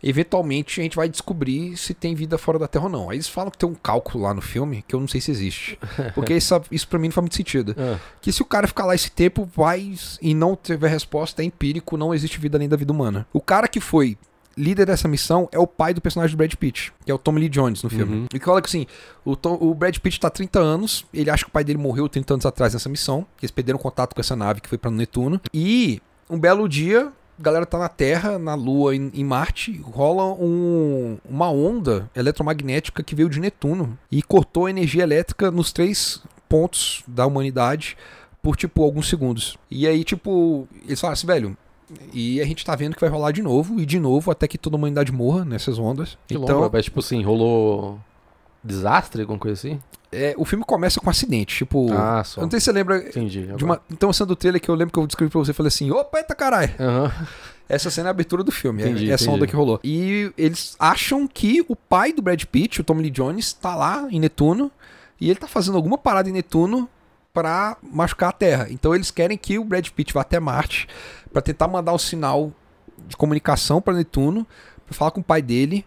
eventualmente a gente vai descobrir se tem vida fora da Terra ou não. Aí eles falam que tem um cálculo lá no filme que eu não sei se existe, porque isso, isso para mim não faz muito sentido.
Ah,
Que se o cara ficar lá esse tempo, vai e não tiver resposta, é empírico, não existe vida além da vida humana. O cara que foi líder dessa missão é o pai do personagem do Brad Pitt, que é o Tommy Lee Jones no filme.
Uhum.
E que olha que assim, o, Tom- o Brad Pitt tá 30 anos, ele acha que o pai dele morreu 30 anos atrás nessa missão, que eles perderam contato com essa nave que foi pra Netuno. E um belo dia, a galera tá na Terra, na Lua, em, em Marte, rola um- uma onda eletromagnética que veio de Netuno e cortou a energia elétrica nos três pontos da humanidade por, tipo, alguns segundos. E aí, tipo, eles falaram assim, velho, e a gente tá vendo que vai rolar de novo, e de novo, até que toda a humanidade morra nessas ondas.
que
então,
louco. Mas, tipo assim, rolou desastre, alguma coisa assim?
é, o filme começa com um acidente, tipo...
Ah,
eu
só.
não sei se você lembra...
Entendi.
De uma, então, sendo do trailer que eu lembro que eu descrevi pra você, eu falei assim: opa, eita caralho!
Aham.
Essa cena é a abertura do filme,
Entendi,
é essa
entendi.
onda que rolou. E eles acham que o pai do Brad Pitt, o Tommy Lee Jones, tá lá em Netuno e ele tá fazendo alguma parada em Netuno pra machucar a Terra. Então eles querem que o Brad Pitt vá até Marte pra tentar mandar um sinal de comunicação pra Netuno, pra falar com o pai dele.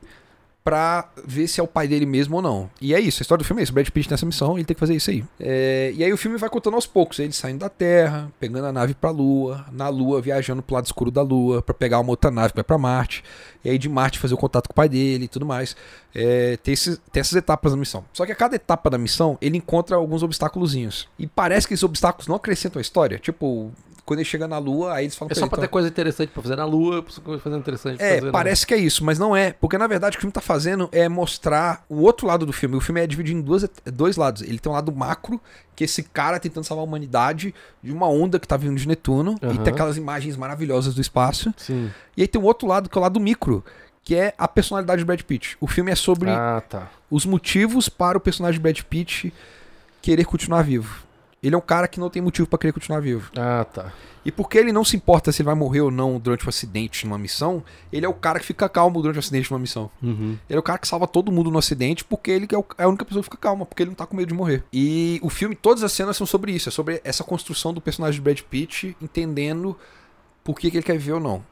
Pra ver se é o pai dele mesmo ou não. E é isso, a história do filme é isso. O Brad Pitt nessa missão, ele tem que fazer isso aí. É, e aí o filme vai contando aos poucos, ele saindo da Terra, pegando a nave pra Lua, na Lua viajando pro lado escuro da Lua pra pegar uma outra nave que vai pra Marte, e aí de Marte fazer o contato com o pai dele e tudo mais. É, tem, esses- tem essas etapas da missão. Só que a cada etapa da missão ele encontra alguns obstáculozinhos. E parece que esses obstáculos não acrescentam a história. Tipo, quando ele chega na Lua, aí eles falam
É
com
só
ele,
pra ter
então-
coisa interessante pra fazer na lua, coisa fazer interessante pra
é,
fazer né? na-
parece que é isso, mas não é. Porque na verdade o que o filme tá fazendo é mostrar o outro lado do filme. O filme é dividido em duas, dois lados. Ele tem um lado macro, que é esse cara tentando salvar a humanidade de uma onda que tá vindo de Netuno, e
Aham.
tem aquelas imagens maravilhosas do espaço.
Sim.
E aí tem um outro lado, que é o lado micro, que é a personalidade do Brad Pitt. O filme é sobre
Ah, tá.
os motivos para o personagem Brad Pitt querer continuar vivo. Ele é um cara que não tem motivo pra querer continuar vivo.
Ah, tá.
E porque ele não se importa se ele vai morrer ou não durante um acidente numa missão, ele é o cara que fica calmo durante um acidente numa missão.
Uhum.
Ele é o cara que salva todo mundo no acidente porque ele é o- é a única pessoa que fica calma, porque ele não tá com medo de morrer. E o filme, todas as cenas são sobre isso, é sobre essa construção do personagem de Brad Pitt entendendo por que, que ele quer viver ou não.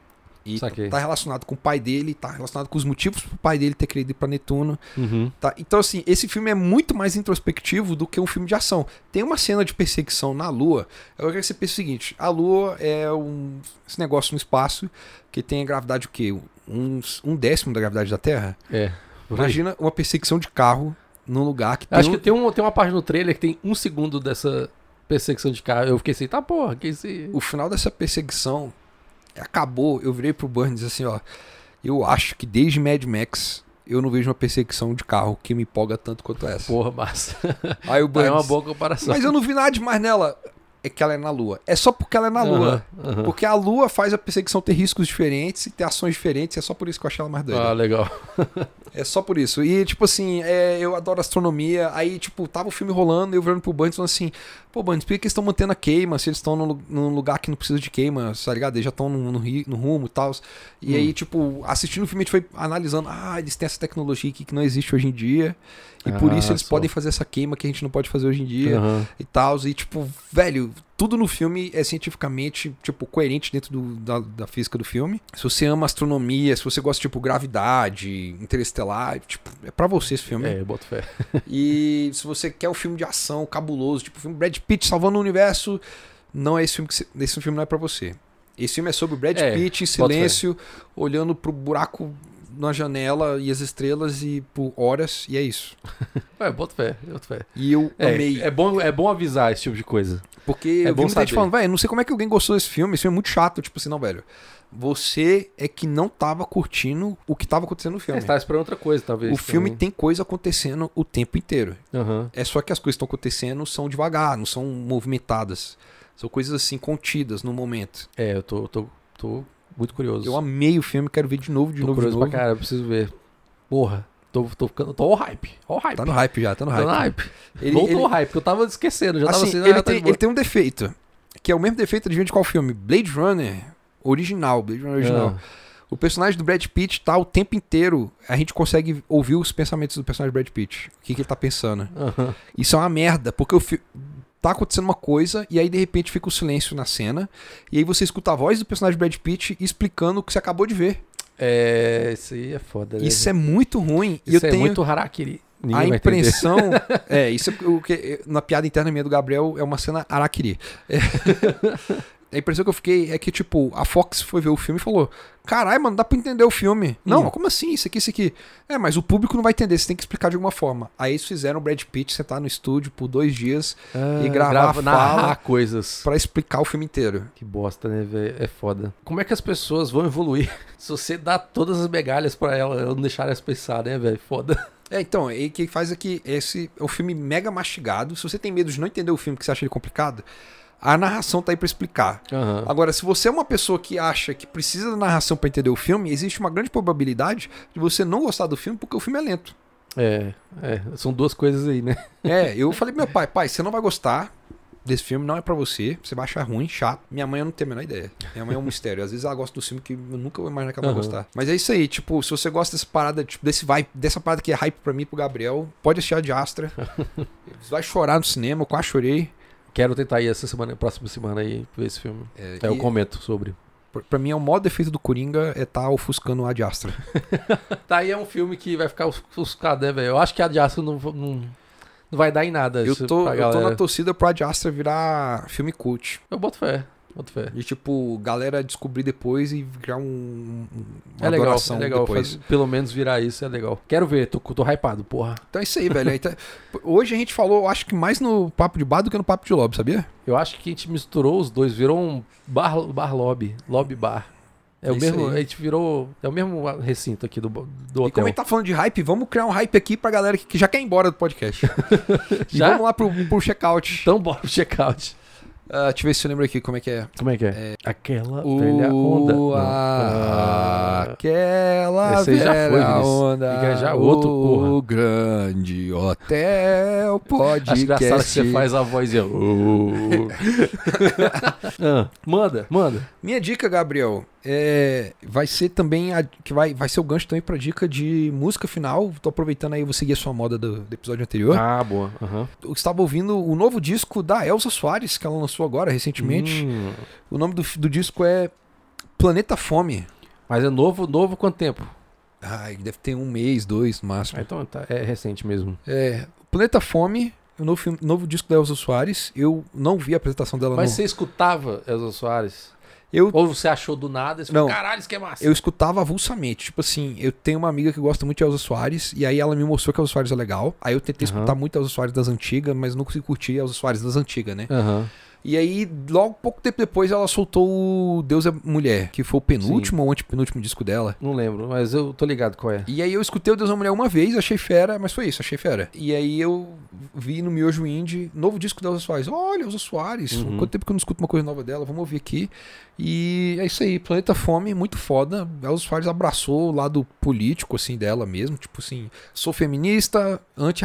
E
Saquei.
tá relacionado com o pai dele, tá relacionado com os motivos pro pai dele ter querido ir pra Netuno.
Uhum.
Tá? Então, assim, esse filme é muito mais introspectivo do que um filme de ação. Tem uma cena de perseguição na Lua. Eu quero que você pense o seguinte: a Lua é um esse negócio no espaço que tem a gravidade o quê? Um, um décimo da gravidade da Terra.
É.
Imagina uma perseguição de carro num lugar que tem.
Acho
um-
que tem, um, tem uma parte no trailer que tem um segundo dessa perseguição de carro. Eu fiquei assim, tá porra, que esse.
O final dessa perseguição é, acabou. Eu virei pro Burns assim, ó. Eu acho que desde Mad Max eu não vejo uma perseguição de carro que me empolga tanto quanto essa.
Porra, massa.
Aí o
Tá,
Burns.
é uma boa comparação.
Mas eu não vi nada demais nela. É que ela é na Lua. É só porque ela é na Lua.
Aham, aham.
Porque a Lua faz a perseguição ter riscos diferentes e ter ações diferentes. É só por isso que eu achei ela mais doida.
Ah, legal.
É só por isso. E, tipo assim, é, eu adoro astronomia. Aí, tipo, tava o filme rolando, eu virando pro Bundes falando assim: pô, Bundes, por que que eles estão mantendo a queima? Se eles estão num, lu- num lugar que não precisa de queima, tá ligado? Eles já estão no, no ri- no rumo e tal. E
Hum.
aí, tipo, assistindo o filme, a gente foi analisando: ah, eles têm essa tecnologia aqui que não existe hoje em dia. E por
Ah,
isso eles
só.
podem fazer essa queima que a gente não pode fazer hoje em dia
Aham.
e tal. E, tipo, velho, tudo no filme é cientificamente, tipo, coerente dentro do, da, da física do filme. Se você ama astronomia, se você gosta, tipo, gravidade, interestelar, tipo, é pra você esse filme.
É, eu boto fé.
E se você quer um filme de ação cabuloso, tipo, filme Brad Pitt salvando o universo, não é esse filme que você, esse filme não é pra você. Esse filme é sobre o Brad
É,
Pitt em
boto fé.
silêncio, olhando pro buraco na janela e as estrelas e por horas, e é isso.
É, eu boto fé, eu boto fé.
E eu
É,
amei.
é, bom, é bom avisar esse tipo de coisa.
Porque
É
eu vi
bom
muita gente
saber.
falando, velho, não sei como é que alguém gostou desse filme, esse filme é muito chato. Tipo assim, não, velho. Você é que não tava curtindo o que tava acontecendo no
É,
filme.
você tá esperando outra coisa, talvez.
o filme
também.
tem coisa acontecendo o tempo inteiro.
Aham.
É só que as coisas que estão acontecendo são devagar, não são movimentadas. São coisas assim, contidas no momento.
É, eu tô, tô, tô muito curioso.
Eu amei o filme, quero ver de novo, de
tô
novo, de
curioso
novo.
pra caralho, preciso ver. Porra, tô, tô ficando. Tô all hype. All hype.
Tá no hype já, tá no
Tô
hype.
no hype.
Ele,
Voltou
ele-
ao hype, porque eu tava esquecendo. Já tava
assim,
assim, ah,
ele,
tá de
tem,
boa.
ele tem um defeito, que é o mesmo defeito, adivinha de qual filme? Blade Runner original, Blade Runner original.
Ah,
O personagem do Brad Pitt tá o tempo inteiro. A gente consegue ouvir os pensamentos do personagem do Brad Pitt. O que, que ele tá pensando.
Ah, aham.
Isso é uma merda, porque o fi- tá acontecendo uma coisa e aí de repente fica o silêncio na cena. E aí você escuta a voz do personagem do Brad Pitt explicando o que você acabou de ver.
É, isso aí é foda. né?
Isso é muito ruim. e eu
Isso é
tenho
muito harakiri.
a
Ninguém vai entender.
impressão. é, isso é o que. Na piada interna minha do Gabriel é uma cena araquiri. É. A impressão que eu fiquei é que, tipo, a Fox foi ver o filme e falou: Caralho, mano, dá pra entender o filme. Não,
Hum.
como assim? Isso aqui, isso aqui. É, mas o público não vai entender, você tem que explicar de alguma forma. Aí eles fizeram o Brad Pitt sentar no estúdio por dois dias
Ah,
e gravar a
narrar
fala.
coisas.
pra explicar o filme inteiro.
Que bosta, né, velho? É foda. Como é que as pessoas vão evoluir se você dá todas as migalhas pra ela, ela não deixar elas pensar, né, velho? Foda.
É, então, e o que faz é que esse é um filme mega mastigado. Se você tem medo de não entender o filme, que você acha ele complicado, a narração tá aí pra explicar.
Aham.
Agora, se você é uma pessoa que acha que precisa da narração pra entender o filme, existe uma grande probabilidade de você não gostar do filme porque o filme é lento.
É, é, são duas coisas aí, né?
É, eu falei pro meu pai, pai, você não vai gostar desse filme, não é pra você, você vai achar ruim, chato. Minha mãe eu não tenho a menor ideia. Minha mãe é um mistério. Às vezes ela gosta do filme que eu nunca vou imaginar que ela vai
Aham.
gostar. Mas é isso aí, tipo, se você gosta dessa parada, tipo, desse vibe, dessa parada que é hype pra mim e pro Gabriel, pode assistir a de Astra. Você vai chorar no cinema, eu quase chorei.
Quero tentar ir essa semana, próxima semana aí, ver esse filme.
É,
É, eu
e-
comento sobre.
pra- Pra mim, é o maior defeito do Coringa é estar ofuscando a de Astra.
Tá aí é um filme que vai ficar ofuscado, né, velho? Eu acho que a de aço não, não, não vai dar em nada.
Eu
isso
tô,
pra
eu tô
galera.
na torcida pro Ad Astra virar filme cult.
Eu boto fé, boto fé.
E, tipo, galera descobrir depois e criar um, um- uma
É legal, é
adoração
legal.
depois.
faz- pelo menos virar isso é legal. Quero ver, tô, tô hypado, porra.
Então é isso aí, velho. Aí tá- Hoje a gente falou, acho que mais no Papo de Bar do que no Papo de Lobby, sabia?
Eu acho que a gente misturou os dois, virou um bar, bar lobby, lobby bar. É,
É
o
isso
mesmo,
aí.
a gente virou, é o mesmo recinto aqui do, bo- do
E como
hotel.
a gente tá falando de hype, vamos criar um hype aqui pra galera que- que já quer ir embora do podcast. e
Já?
vamos lá pro, pro check-out.
Então bora pro checkout.
Ah, deixa eu ver se eu lembro aqui como é que é.
Como é que é? Aquela
O-
velha onda. Não.
a-
Ah,
Aquela
Esse aí já foi,
velha
Vinícius.
onda.
Fica já é outro,
O
porra.
grande hotel pode
Acho engraçado que você faz a voz e eu... "Uh." Ah, manda, manda.
Minha dica, Gabriel, é, vai ser também a- que vai, vai ser o gancho também pra dica de música final. Tô aproveitando aí, vou seguir a sua moda do, do episódio anterior.
Ah, boa. aham.
Eu estava ouvindo o novo disco da Elsa Soares, que ela lançou agora recentemente.
Hum,
O nome do, do disco é Planeta Fome.
mas é novo, novo quanto tempo?
Ai, deve ter um mês, dois no máximo.
Ah, então tá, é recente mesmo.
É, Planeta Fome, o novo, filme- novo disco da Elsa Soares. Eu não vi a apresentação dela
Mas
não.
você escutava Elza Soares?
Eu,
Ou você achou do nada e você
Não.
falou, caralho, isso que é massa.
eu escutava avulsamente. Tipo assim, eu tenho uma amiga que gosta muito de Elza Soares, e aí ela me mostrou que Elza Soares é legal. Aí eu tentei
Aham.
escutar muito Elza Soares das antigas, mas não consegui curtir Elza Soares das antigas, né?
Aham.
E aí, logo pouco tempo depois, ela soltou o Deus é Mulher, que foi o penúltimo ou antepenúltimo disco dela.
Não lembro, mas eu tô ligado qual é.
E aí eu escutei o Deus é Mulher uma vez, achei fera, mas foi isso, achei fera. E aí eu vi no Miojo Indie, novo disco da Elza Soares. Olha, Elza Soares,
Uhum.
quanto tempo que eu não escuto uma coisa nova dela, vamos ouvir aqui. E é isso aí, Planeta Fome, muito foda. Elza Soares abraçou o lado político, assim, dela mesmo. Tipo assim, sou feminista,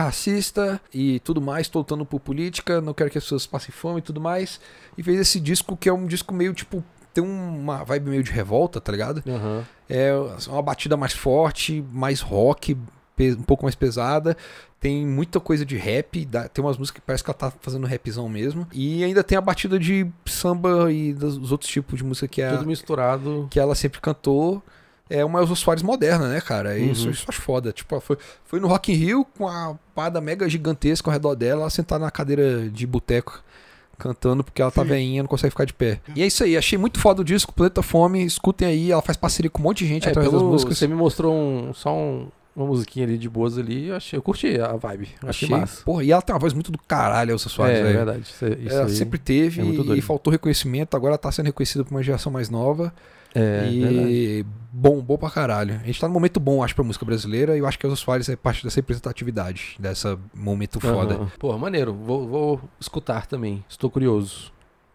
antirracista e tudo mais, tô lutando por política, não quero que as pessoas passem fome e tudo mais. E fez esse disco que é um disco meio, tipo, tem uma vibe meio de revolta, tá ligado?
Aham.
É uma batida mais forte, mais rock, um pouco mais pesada. Tem muita coisa de rap, dá- tem umas músicas que parece que ela tá fazendo rapzão mesmo. E ainda tem a batida de samba e dos dos outros tipos de música que, é a,
É. Tudo misturado.
que ela sempre cantou. É uma Elza Soares moderna, né, cara? E Isso,
Uhum.
isso acho foda. Tipo, ela foi, foi no Rock in Rio com a parada mega gigantesca ao redor dela, ela sentada na cadeira de boteco cantando porque ela tá veinha, não consegue ficar de pé. E é isso aí, achei muito foda o disco, Planeta Fome, escutem aí, ela faz parceria com um monte de gente
É,
através das
pelo-
músicas.
Você me mostrou um- só um- uma musiquinha ali de boas ali. Eu, achei, eu curti a vibe. Eu Achei, massa.
Porra, e ela tem uma voz muito do caralho, Elsa Soares,
é,
velho.
verdade. Isso, isso
ela
aí.
sempre teve
é muito
e
doido.
faltou reconhecimento, agora ela tá sendo reconhecida por uma geração mais nova.
É, verdade.
e bombou pra caralho. A gente tá num momento bom, acho, pra música brasileira, e eu acho que Elza Soares é parte dessa representatividade, dessa momento foda.
Aham. Pô, maneiro. Vou, vou escutar também. Estou curioso.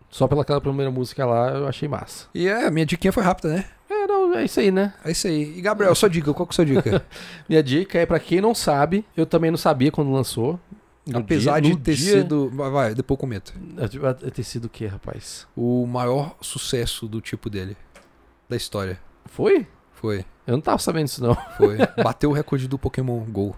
Só pela aquela primeira música lá, eu achei massa.
E é, a minha diquinha foi rápida, né?
É, não, é isso aí, né?
É isso aí. E Gabriel, sua dica, qual que é a sua dica?
Minha dica é pra quem não sabe, eu também não sabia quando lançou. No
Apesar
dia-
de
no
ter
dia-
sido. Vai, vai, depois eu comento.
É ter sido o quê, rapaz?
O maior sucesso do tipo dele, da história.
Foi?
Foi,
Eu não tava sabendo isso, não.
foi. Bateu o recorde do Pokémon GO.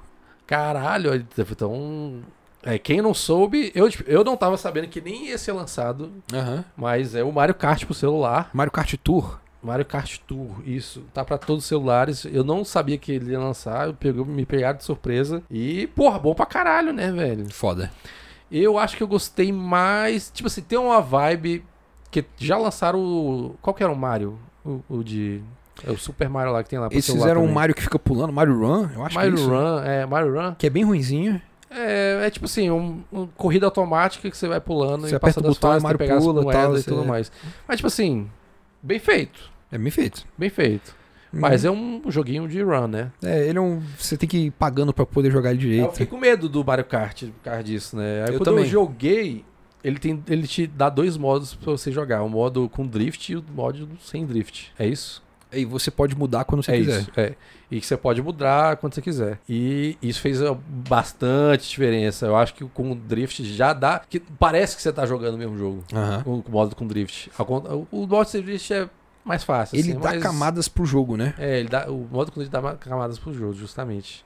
Caralho, olha, então. É, quem não soube, eu, tipo, eu não tava sabendo que nem ia ser lançado,
Aham.
mas é o Mario Kart pro celular.
Mario Kart Tour?
Mario Kart Tour, isso. Tá pra todos os celulares. Eu não sabia que ele ia lançar, eu pegou, me pegaram de surpresa. E, porra, bom pra caralho, né, velho?
Foda.
Eu acho que eu gostei mais. Tipo assim, tem uma vibe que já lançaram o. Qual que era o Mario? O, o de. É o Super Mario lá que tem lá. pro
Eles
celular
fizeram um
também.
Mario que fica pulando, Mario Run, eu acho
Mario
que é isso.
Run, é, Mario Run.
Que é bem ruinzinho.
É, é tipo assim, um, um corrida automática que você vai pulando
Você
e
aperta
passa
o
das
botão,
fases,
Mario
tem que pegar as
pula e tal,
moedas e
você-
tudo mais. Mas tipo assim, bem feito,
É bem feito.
bem feito.
Uhum.
Mas é um joguinho de run, né?
É, ele é um. Você tem que ir pagando pra poder jogar ele
Eu
direito.
fiquei com medo do Mario Kart por causa disso, né? Aí
Eu
quando
também.
eu joguei, ele, tem, ele te dá dois modos pra você jogar. O modo com drift e o modo sem drift. É isso?
E você pode mudar quando você
é
quiser.
isso, é. E que você pode mudar quando você quiser. E isso fez ó, bastante diferença. Eu acho que com o drift já dá... que parece que você tá jogando o mesmo jogo.
Aham.
O modo com drift. Ao cont- O o modo sem drift é mais fácil.
Ele
assim,
dá
mas-
camadas pro jogo, né?
É, ele dá, o modo com drift dá ma- camadas pro jogo, justamente.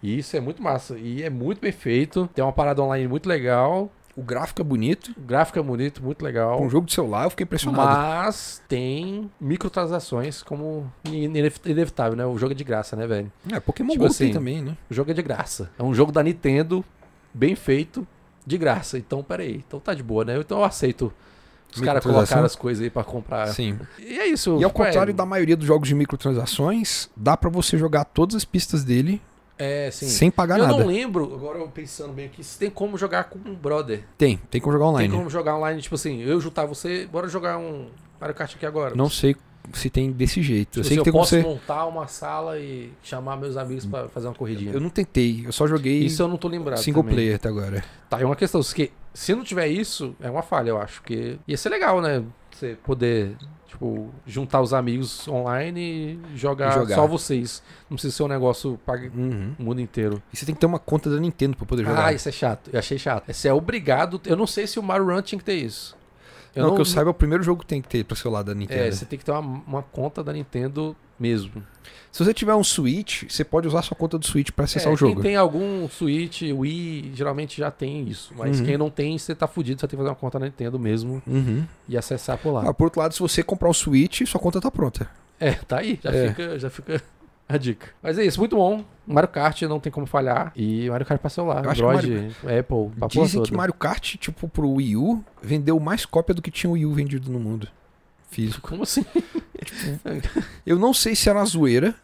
E isso é muito massa. E é muito bem feito. Tem uma parada online muito legal.
O gráfico é bonito.
O gráfico é bonito, muito legal.
Com um jogo de celular, eu fiquei impressionado.
mas tem microtransações como inef- inevitável, né? O jogo é de graça, né, velho?
É, Pokémon
Tipo
Go tem
assim,
também, né?
O jogo é de graça. É um jogo da Nintendo, bem feito, de graça. Então, peraí. Então tá de boa, né? Então eu aceito os caras
Microtransação?
colocaram as coisas aí pra comprar.
Sim.
E é isso.
E ao
tipo, é-
contrário da maioria dos jogos de microtransações, dá pra você jogar todas as pistas dele
É, sim.
sem pagar
eu
nada.
não lembro, agora eu pensando bem aqui, se tem como jogar com um brother.
Tem, tem como jogar online.
Tem como jogar online, tipo assim, eu juntar você, bora jogar um Mario Kart aqui agora.
Não sei se tem desse jeito. Eu sei
Tipo assim,
que tem como
posso
você.
montar uma sala e chamar meus amigos pra fazer uma corridinha.
Eu não tentei, eu só joguei
Isso eu não tô lembrado.
single
também.
player até agora.
Tá, é uma questão. Que se não tiver isso, é uma falha, eu acho. Porque ia ser legal, né? Você poder, tipo, juntar os amigos online e jogar,
E jogar.
só vocês. Não precisa ser um negócio paga
Uhum.
o mundo inteiro.
E você tem que ter uma conta da Nintendo pra poder jogar.
Ah, isso é chato. Eu achei chato. Você é obrigado. Eu não sei se o Mario Run tinha que ter isso.
não, que eu saiba, é o primeiro jogo que tem que ter pra celular da Nintendo.
É, você tem que ter uma, uma conta da Nintendo mesmo.
Se você tiver um Switch, você pode usar sua conta do Switch pra acessar
É,
o jogo.
Quem tem algum Switch, Wii, geralmente já tem isso. Mas
Uhum.
quem não tem, você tá fudido. Você tem que fazer uma conta da Nintendo mesmo
Uhum.
e acessar por lá.
Ah, por outro lado, se você comprar o Switch, sua conta tá pronta.
É, tá aí. Já,
É.
fica, já fica a dica. Mas é isso, muito bom. Mario Kart não tem como falhar. E Mario Kart pra celular,
Eu acho que
Android, Apple, pra porra
Dizem
toda.
que Mario Kart, tipo, pro Wii U, vendeu mais cópia do que tinha o Wii U vendido no mundo. Físico.
Como assim?
Eu não sei se era uma zoeira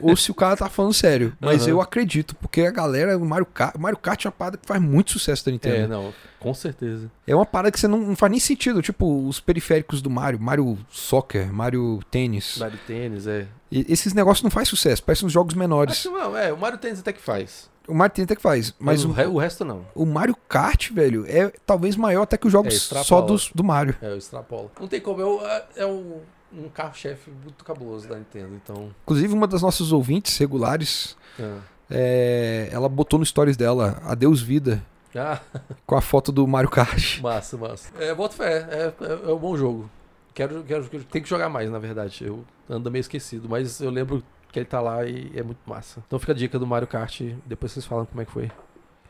ou se o cara tá falando sério, mas
Aham.
eu acredito, porque a galera, o Mario Kart, Mario Kart é uma parada que faz muito sucesso da Nintendo.
É, não, com certeza.
É uma parada que você não, não faz nem sentido. Tipo, os periféricos do Mario, Mario Soccer, Mario Tênis.
Mario Tênis, é.
E- Esses negócios não faz sucesso, parecem uns jogos menores.
Acho que não, é, o Mario Tênis até que faz.
O Mario Tênis até que faz, mas
Mas o,
o,
re- o resto não.
o Mario Kart, velho, é talvez maior até que os jogos
É, extrapola.
só dos, do Mario.
É, eu extrapolo. Não tem como, é, o- é- é um, um carro-chefe muito cabuloso da Nintendo, então.
Inclusive, uma das nossas ouvintes regulares,
é.
é, ela botou no stories dela, Adeus Vida,
Ah,
com a foto do Mario Kart.
massa, massa. É, boto fé, é, é, é um bom jogo. Quero, quero, tem que jogar mais, na verdade. Eu ando meio esquecido, mas eu lembro que ele tá lá e é muito massa. Então fica a dica do Mario Kart, depois vocês falam como é que foi.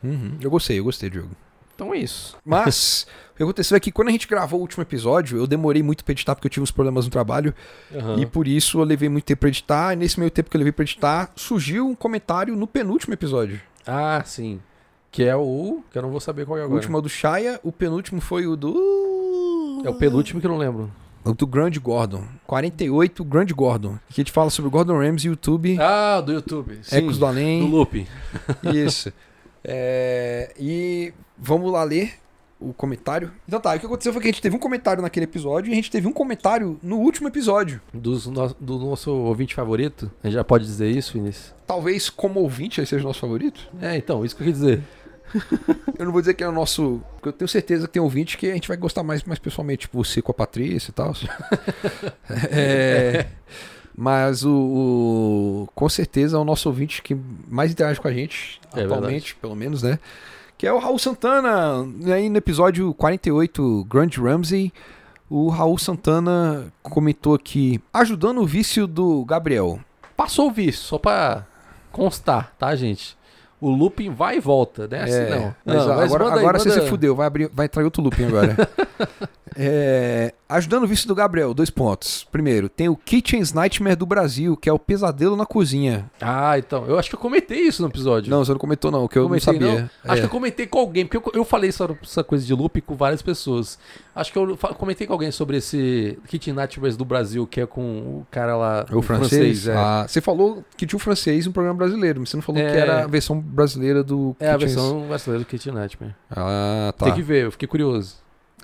Uhum. Eu gostei, eu gostei do jogo.
Então é isso.
Mas o que aconteceu é que quando a gente gravou o último episódio, eu demorei muito pra editar porque eu tive uns problemas no trabalho.
Aham.
E por isso eu levei muito tempo pra editar. E nesse meio tempo que eu levei pra editar, surgiu um comentário no penúltimo episódio.
Ah, sim. Que é o. Que eu não vou saber qual é
O
agora.
último é o do Shaya, o penúltimo foi o do.
É o penúltimo que eu não lembro.
O do Grand Gordon. 48, Grand Gordon. Que a gente fala sobre o Gordon Ramsay, YouTube,
Ah, do YouTube. Sim.
Ecos do
Do
Além.
Loop.
Isso. É, e vamos lá ler o comentário. Então tá, o que aconteceu foi que a gente teve um comentário naquele episódio e a gente teve um comentário no último episódio.
Dos no- do nosso ouvinte favorito. A gente já pode dizer isso, Vinícius?
Talvez como ouvinte ele seja o nosso favorito.
É, então, isso que eu queria dizer.
Eu não vou dizer que é o nosso. Porque eu tenho certeza que tem ouvinte que a gente vai gostar mais, mais pessoalmente, tipo você com a Patrícia e tal. É, mas o, o- Com certeza é o nosso ouvinte que mais interage com a gente,
É
atualmente,
verdade.
pelo menos, né? Que é o Raul Santana. né? E aí no episódio 48, Grand Ramsey, o Raul Santana comentou aqui, ajudando o vício do Gabriel.
Passou o vício, só pra constar, tá, gente? O looping vai e volta, né? Assim, não.
Mas
Não, mas
É. agora,
manda aí,
agora você
manda-
se fudeu, vai, abrir, vai entrar em outro looping agora. É, ajudando o vício do Gabriel, dois pontos. Primeiro, tem o Kitchen's Nightmare do Brasil, que é o pesadelo na cozinha.
Ah, então. Eu acho que eu comentei isso no episódio.
Não, você não comentou não, que eu
Comentei,
não sabia.
não? Acho
É.
que eu comentei com alguém, porque eu, eu falei sobre essa coisa de looping com várias pessoas. Acho que eu fa- comentei com alguém sobre esse Kitchen Nightmares do Brasil, que é com o cara lá.
O francês?
é.
Ah, você falou que tinha o francês no programa brasileiro, mas você não falou
É.
que era a versão brasileira do
É a
Kitchen's-
versão brasileira do Kitchen Nightmare.
Ah, tá.
Tem que ver, eu fiquei curioso.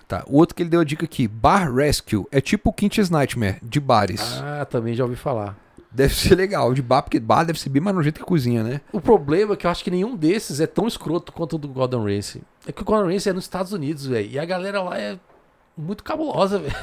tá. O outro que ele deu a dica aqui, Bar Rescue, é tipo o Kitchen's Nightmare, de bares.
Ah, também já ouvi falar.
Deve ser legal, de bar, porque bar deve ser bem mais nojento que cozinha, né?
O problema é que eu acho que nenhum desses é tão escroto quanto o do Gordon Ramsay. É que o Gordon Ramsay é nos Estados Unidos, velho. E a galera lá é muito cabulosa, velho.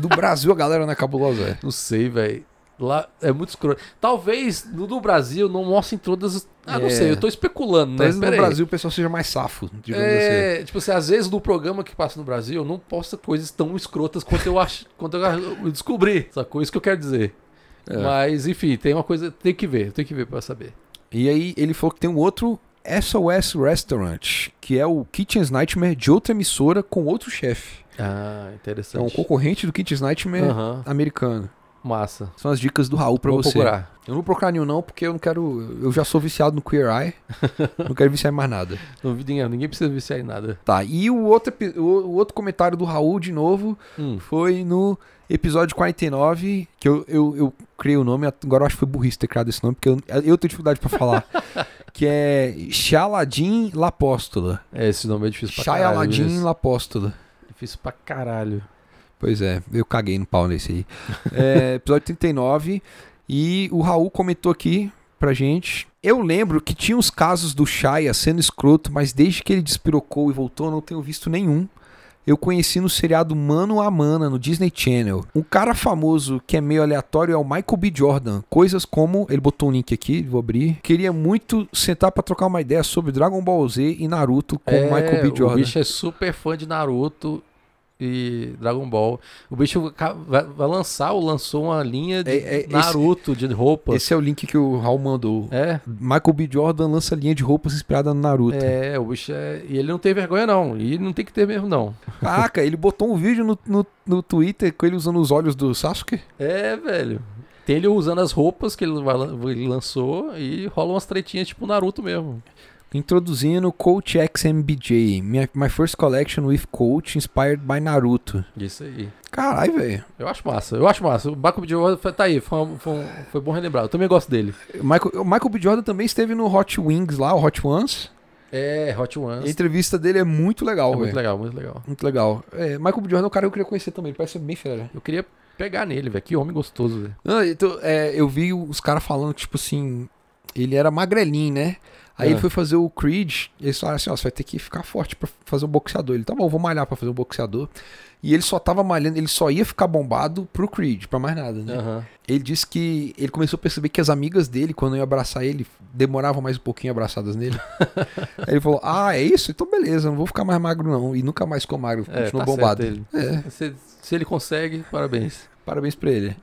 Do Brasil a galera não é cabulosa, é.
Não sei, velho. Lá é muito escroto. Talvez no do Brasil não mostrem todas. as- Ah, não
É.
sei, eu tô especulando, né?
Talvez no
Pera aí.
Brasil o pessoal seja mais safo, digamos assim.
É, tipo assim, às vezes no programa que passa no Brasil não posta coisas tão escrotas quanto eu acho, quanto eu descobri. Sacou? Isso que eu quero dizer.
É.
Mas, enfim, tem uma coisa. Tem que ver, tem que ver pra saber.
E aí ele falou que tem um outro SOS Restaurant, que é o Kitchen's Nightmare de outra emissora com outro chefe.
Ah,
É um
interessante.
concorrente do Kitchen's Nightmare
Aham,
americano.
massa.
São as dicas do Raul pra
Vou
você.
procurar.
Eu não vou procurar nenhum não, porque eu não quero... Eu já sou viciado no Queer Eye. não quero viciar em mais nada.
Não, ninguém, ninguém precisa viciar em nada.
Tá, e o outro, epi- o o outro comentário do Raul, de novo,
Hum.
foi no episódio 49, que eu, eu, eu criei o nome, agora eu acho que foi burrice ter criado esse nome, porque eu, eu tenho dificuldade pra falar. que é Xaladim Lapóstola.
É, esse nome é difícil pra caralho.
Xaladim
Vinícius.
Lapóstola.
Difícil pra caralho.
Pois é, eu caguei no pau nesse aí. É, episódio 39. E o Raul comentou aqui pra gente. Eu lembro que tinha uns casos do Shaya sendo escroto, mas desde que ele despirocou e voltou, não tenho visto nenhum. Eu conheci no seriado Mano a Mana, no Disney Channel. Um cara famoso que é meio aleatório é o Michael B. Jordan. Coisas como. Ele botou um link aqui, vou abrir. Queria muito sentar pra trocar uma ideia sobre Dragon Ball Z e Naruto com o Michael B.
O
Jordan.
bicho é super fã de Naruto e Dragon Ball. O bicho ca- vai, vai lançar ou lançou uma linha de
É, é, esse-
Naruto de roupa.
Esse é o link que o Raul mandou.
É.
Michael B. Jordan lança linha de roupas inspirada no Naruto.
É, o bicho é. E ele não tem vergonha, não. E não tem que ter mesmo, não.
Caraca, ele botou um vídeo no, no, no Twitter com ele usando os olhos do Sasuke.
É, velho. Tem ele usando as roupas que ele, vai lan- ele lançou e rola umas tretinhas tipo Naruto mesmo.
Introduzindo Coach X MBJ, minha- My First Collection with Coach Inspired by Naruto.
Isso aí.
Caralho, velho.
Eu acho massa, eu acho massa. O Baco de Ouro foi- tá aí, foi, um- foi um- foi bom relembrar. Eu também gosto dele.
Michael, o Michael B. Jordan também esteve no Hot Wings lá, o Hot Ones.
É, Hot
A
Ones.
entrevista dele é muito legal,
é
velho.
muito legal, muito legal.
Muito legal. É, Michael B. Jordan é um cara que eu queria conhecer também, ele parece ser bem fera.
Eu queria pegar nele, velho. Que homem gostoso, velho.
Não, então, é, eu vi os caras falando que, tipo assim, ele era magrelinho, né? Aí
Ah.
ele foi fazer o Creed, eles falaram assim, ó, você vai ter que ficar forte pra fazer um boxeador. Ele, tá bom, eu vou malhar pra fazer um
É.
boxeador. E ele só tava malhando, ele só ia ficar bombado pro Creed, pra mais nada, né? Ele disse que ele começou a perceber que as amigas dele, quando iam abraçar ele, demoravam mais um pouquinho abraçadas nele. Aí ele falou: Ah, é isso? Então beleza, não vou ficar mais magro, não. E nunca mais ficou magro,
É,
continuou
tá
bombado.
certo ele.
É,
Se, se ele consegue, parabéns.
parabéns pra ele.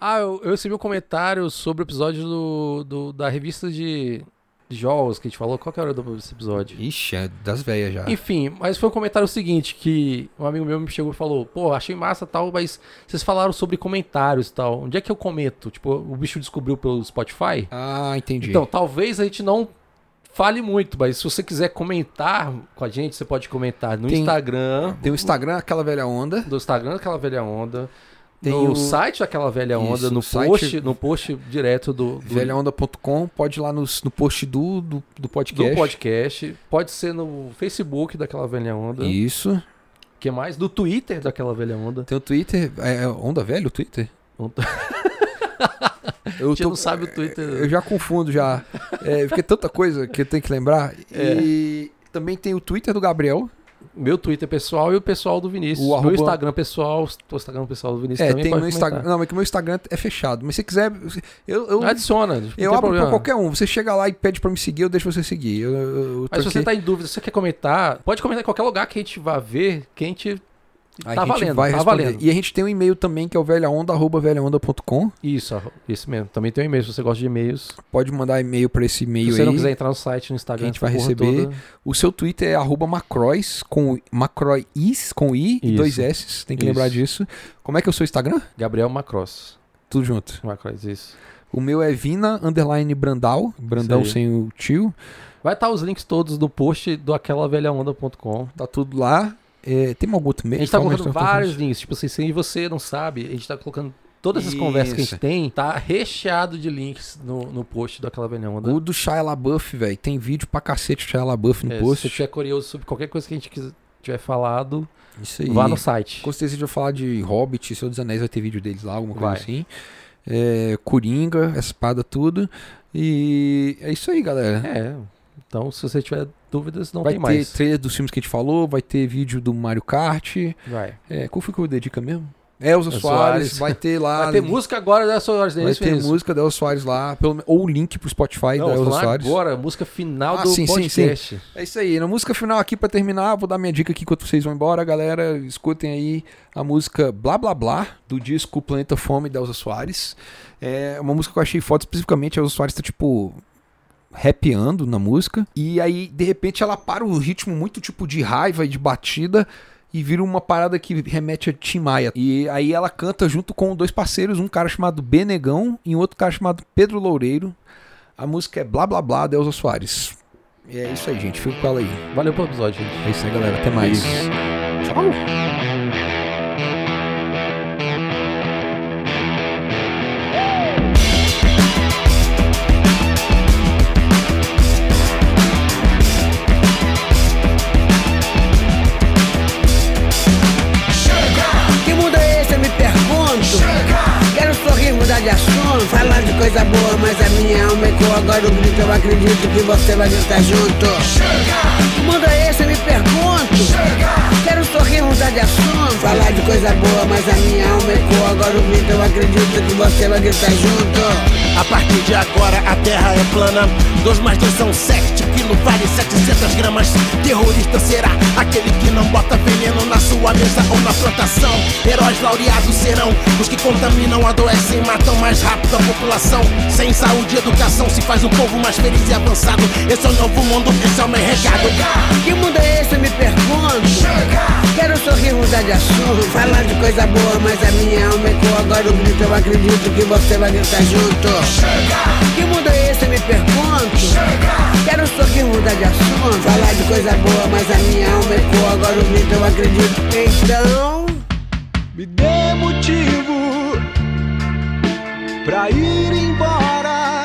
Ah, eu, eu recebi um comentário sobre o episódio do, do- da revista de de jogos que a gente falou. Qual que era o nome desse episódio?
Ixi, é das velhas já.
Enfim, mas foi um comentário seguinte que um amigo meu me chegou e falou: "Pô, achei massa tal, mas vocês falaram sobre comentários e tal. Onde é que eu comento? Tipo, o bicho descobriu pelo Spotify?
Ah, entendi.
Então, talvez a gente não fale muito, mas se você quiser comentar com a gente, você pode comentar no
Tem-
Instagram,
tem o Instagram, aquela velha onda.
do Instagram daquela velha onda,
Tem
no
o-
site daquela velha
Isso,
onda, no
o site-
post, no post direto do, do,
velhaonda.com, pode ir lá nos- no post do, do, do
do
podcast.
podcast, pode ser no Facebook daquela velha onda, o
Isso.
que mais? Do Twitter daquela velha onda.
Tem o Twitter. É, é onda velha o Twitter?
Onda-
Eu,
A gente
tô-
não sabe o Twitter. né?
eu já confundo já. É, porque é tanta coisa que eu tenho que lembrar.
É.
E também tem o Twitter do Gabriel.
Meu Twitter pessoal e o pessoal do Vinícius.
O
meu
arroba-
Instagram pessoal, o Instagram pessoal do Vinícius
É,
também
tem
pode
meu
comentar.
Instagram. Não, é que meu Instagram é fechado. Mas se quiser. Eu, eu,
Adiciona, não tem
eu abro
problema.
pra qualquer um. Você chega lá e pede pra me seguir, eu deixo você seguir. Eu, eu, eu
Mas se
tô
você
aqui.
tá em dúvida, se você quer comentar, pode comentar em qualquer lugar que a gente vá ver, que a gente
Aí
tá
a gente
valendo,
vai
tá
responder.
valendo.
E a gente tem um e-mail também que é o velhaonda, arroba velhaonda.com.
Isso, ó, isso mesmo. Também tem um e-mail, se você gosta de e-mails.
Pode mandar e-mail pra esse
Se
e-mail
você
aí.
não quiser entrar no site, no Instagram,
a gente
essa
vai
porra
receber.
toda.
O seu Twitter é arroba macrois, com macrois, com i e
Isso.
dois s. Tem que
Isso.
lembrar disso. Como é que é o seu Instagram?
Gabriel Macross.
Tudo junto.
Macross, isso.
O meu é Vina underline Brandal. Brandal
Sei.
sem o tio.
Vai estar os links todos do post do aquelavelhaonda.com.
Tá tudo lá. É, tem algum outro
A
meio?
gente tá colocando vários links, tipo assim, se você não sabe, a gente tá colocando todas essas conversas que a
Isso.
gente tem, tá recheado de links no, no post do Aquela Velha Onda.
O do Shia LaBeouf, velho. Tem vídeo pra cacete do Shia LaBeouf no
É, se você
post.
tiver curioso sobre qualquer coisa que a gente quiser- tiver falado,
Isso aí.
vá no site.
Com certeza a gente vai falar de Hobbit, Senhor dos Anéis, vai ter vídeo deles lá, alguma coisa
Vai.
assim. É, Coringa, essa espada, tudo. E é isso aí, galera.
É. Então, se você tiver dúvidas, não
vai
tem
ter
mais.
trailer dos filmes que a gente falou, vai ter vídeo do Mario Kart.
Vai.
É, qual foi que eu dedica mesmo? Elza Soares,
É Soares.
vai ter lá.
Vai ter música é agora né? da sua hora.
Ah, Vai ter música da Elza Soares lá, pelo- ou o link pro Spotify
Não,
da
vou
Elza
falar
Soares.
agora, música final
Ah,
do
sim, sim,
podcast.
É isso aí. Na música final aqui pra terminar, vou dar minha dica aqui enquanto vocês vão embora, galera. Escutem aí a música Blá Blá Blá do disco Planeta Fome da Elza Soares. É uma música que eu achei foda especificamente. A Elza Soares tá tipo rapeando na música e aí de repente ela para o ritmo muito tipo de raiva e de batida e vira uma parada que remete a Tim Maia. E aí ela canta junto com dois parceiros, um cara chamado Benegão e um outro cara chamado Pedro Loureiro. A música é Blá Blá Blá da Elza Soares. E é isso aí, gente. Fico com ela aí.
Valeu pelo episódio, gente.
É isso aí, galera. Até mais. Tchau.
Que mundo é esse, eu me pergunto? Quero sorrir, mudar de assunto, falar de coisa boa, mas a minha alma ecoa agora o grito, eu acredito que você vai estar junto. Que mundo é esse, eu me pergunto? Quero sorrir, mudar de assunto, falar de coisa boa, mas a minha alma ecoa agora o grito, eu acredito que você vai estar junto.
A partir de agora a terra é plana. Dois mais dois são sete, que no vale 700 gramas. Terrorista será aquele que não bota veneno na sua mesa ou na plantação. Heróis laureados serão os que contaminam, adoecem, matam mais rápido a população. Sem saúde e educação se faz o povo mais feliz e avançado. Esse é o novo mundo, esse é o meu recado.
Que mundo é esse, eu me pergunto? Quero sorrir, mudar de assunto, falar de coisa boa, mas a minha alma ecoa agora o grito, eu acredito que você vai gritar junto. Que mundo é esse, eu me pergunto? Quero sorrir, mudar de assunto, falar de coisa boa, mas a minha alma ecoa agora o grito, eu acredito. Então...
Me dê motivo pra ir embora.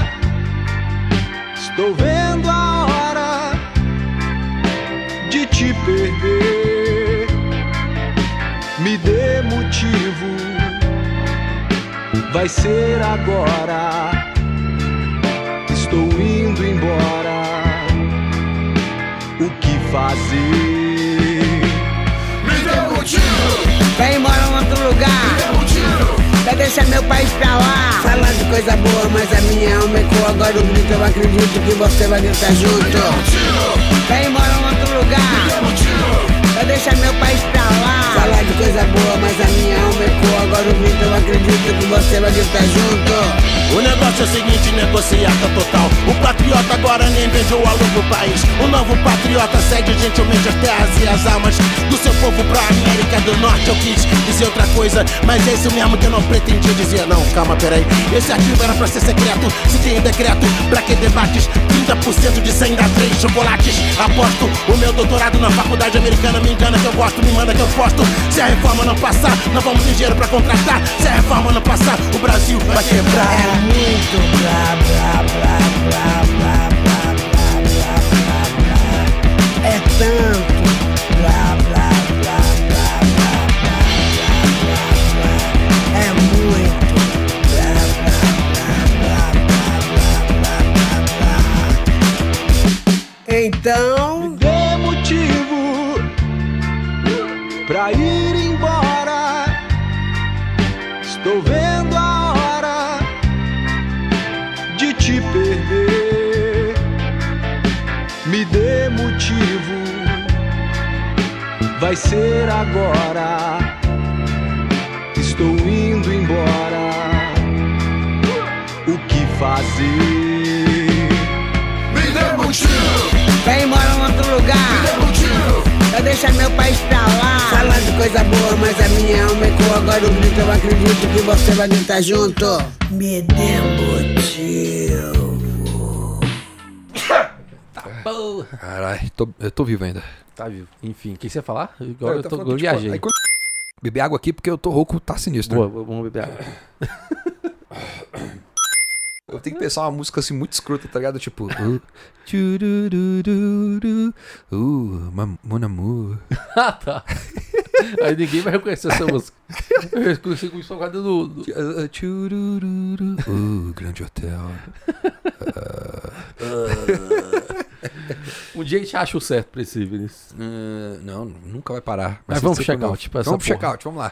Estou vendo a hora de te perder. Me dê motivo, vai ser agora. Estou indo embora. O que fazer?
Pra ir embora em outro lugar. Pra deixa Tá meu país pra lá. Fala de coisa boa, mas a minha alma ecoa. Agora o grito, eu acredito que você vai gritar junto. Vai embora a um outro lugar. Eu deixa meu país pra lá. Fala de coisa boa, mas a minha alma ecoa. Agora o grito, eu acredito que você vai gritar junto.
O negócio é o seguinte, negociata total. O patriota agora nem beijou o alô do país. O novo patriota cede gentilmente as terras e as almas do seu povo pra América do Norte. Eu quis dizer outra coisa, mas é isso mesmo que eu não pretendia dizer. Não, calma, peraí. Esse arquivo era pra ser secreto. Se tem decreto, pra que debates? 30% de 100 dá 3 chocolates. Aposto o meu doutorado na faculdade americana. Me engana que eu gosto, me manda que eu posto. Se a reforma não passar, não vamos ter dinheiro pra contratar. Se a reforma não passar, o Brasil vai quebrar.
É muito blá blá blá blá blá blá blá blá blá blá. É tanto blá blá blá blá blá blá blá blá blá. É muito blá blá blá blá blá blá blá blá. Então.
Me dê motivo pra ir embora. Estou vendo a hora de te perder. Me dê motivo, vai ser agora. Estou indo embora. O que fazer?
Me dê motivo,
Vai embora a um outro lugar.
motivo,
Eu deixo meu país pra lá. Fala de coisa boa, mas a minha alma ecoa. Agora o grito, eu acredito que você vai gritar junto. Me dê um motivo.
Caralho, tô- eu tô vivo ainda.
Tá vivo. Enfim, o que você ia falar? Agora eu,
tá
tô, eu viajei.
Aí quando- Beber água aqui porque eu tô rouco, tá sinistro.
Boa, vamos beber água.
Eu tenho que pensar uma música assim muito escrota, tá ligado? Tipo. Uh, uh, ma- mon amour.
Ah, tá. Aí ninguém vai reconhecer essa música. Eu reconheci com isso por causa do, do-
Uh, tchurururu, uh, grande hotel.
Um dia a gente acha o certo pra esse Vinícius.
Uh, não, nunca vai parar. Vai
Mas vamos
ser sempre
pro check-out,
novo.
pra essa
Vamos pro
porra.
check-out, vamos lá.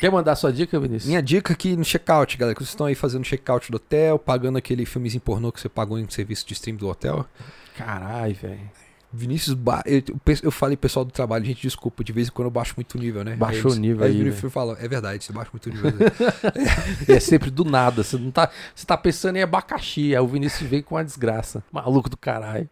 Quer mandar sua dica, Vinícius?
Minha dica aqui no check-out, galera, que vocês estão aí fazendo check-out do hotel, pagando aquele filmezinho pornô que você pagou em serviço de stream do hotel.
Caralho, velho.
Vinícius, ba... eu, eu pe- eu falei pessoal do trabalho, gente, desculpa, de vez em quando eu baixo muito o nível, né?
Baixou
eles-
o nível
Aí
aí,
o Vinícius fala, é verdade, você baixa muito o nível. né?
E é sempre do nada. Você não tá. Você tá pensando em abacaxi. Aí o Vinícius vem com uma desgraça. Maluco do caralho.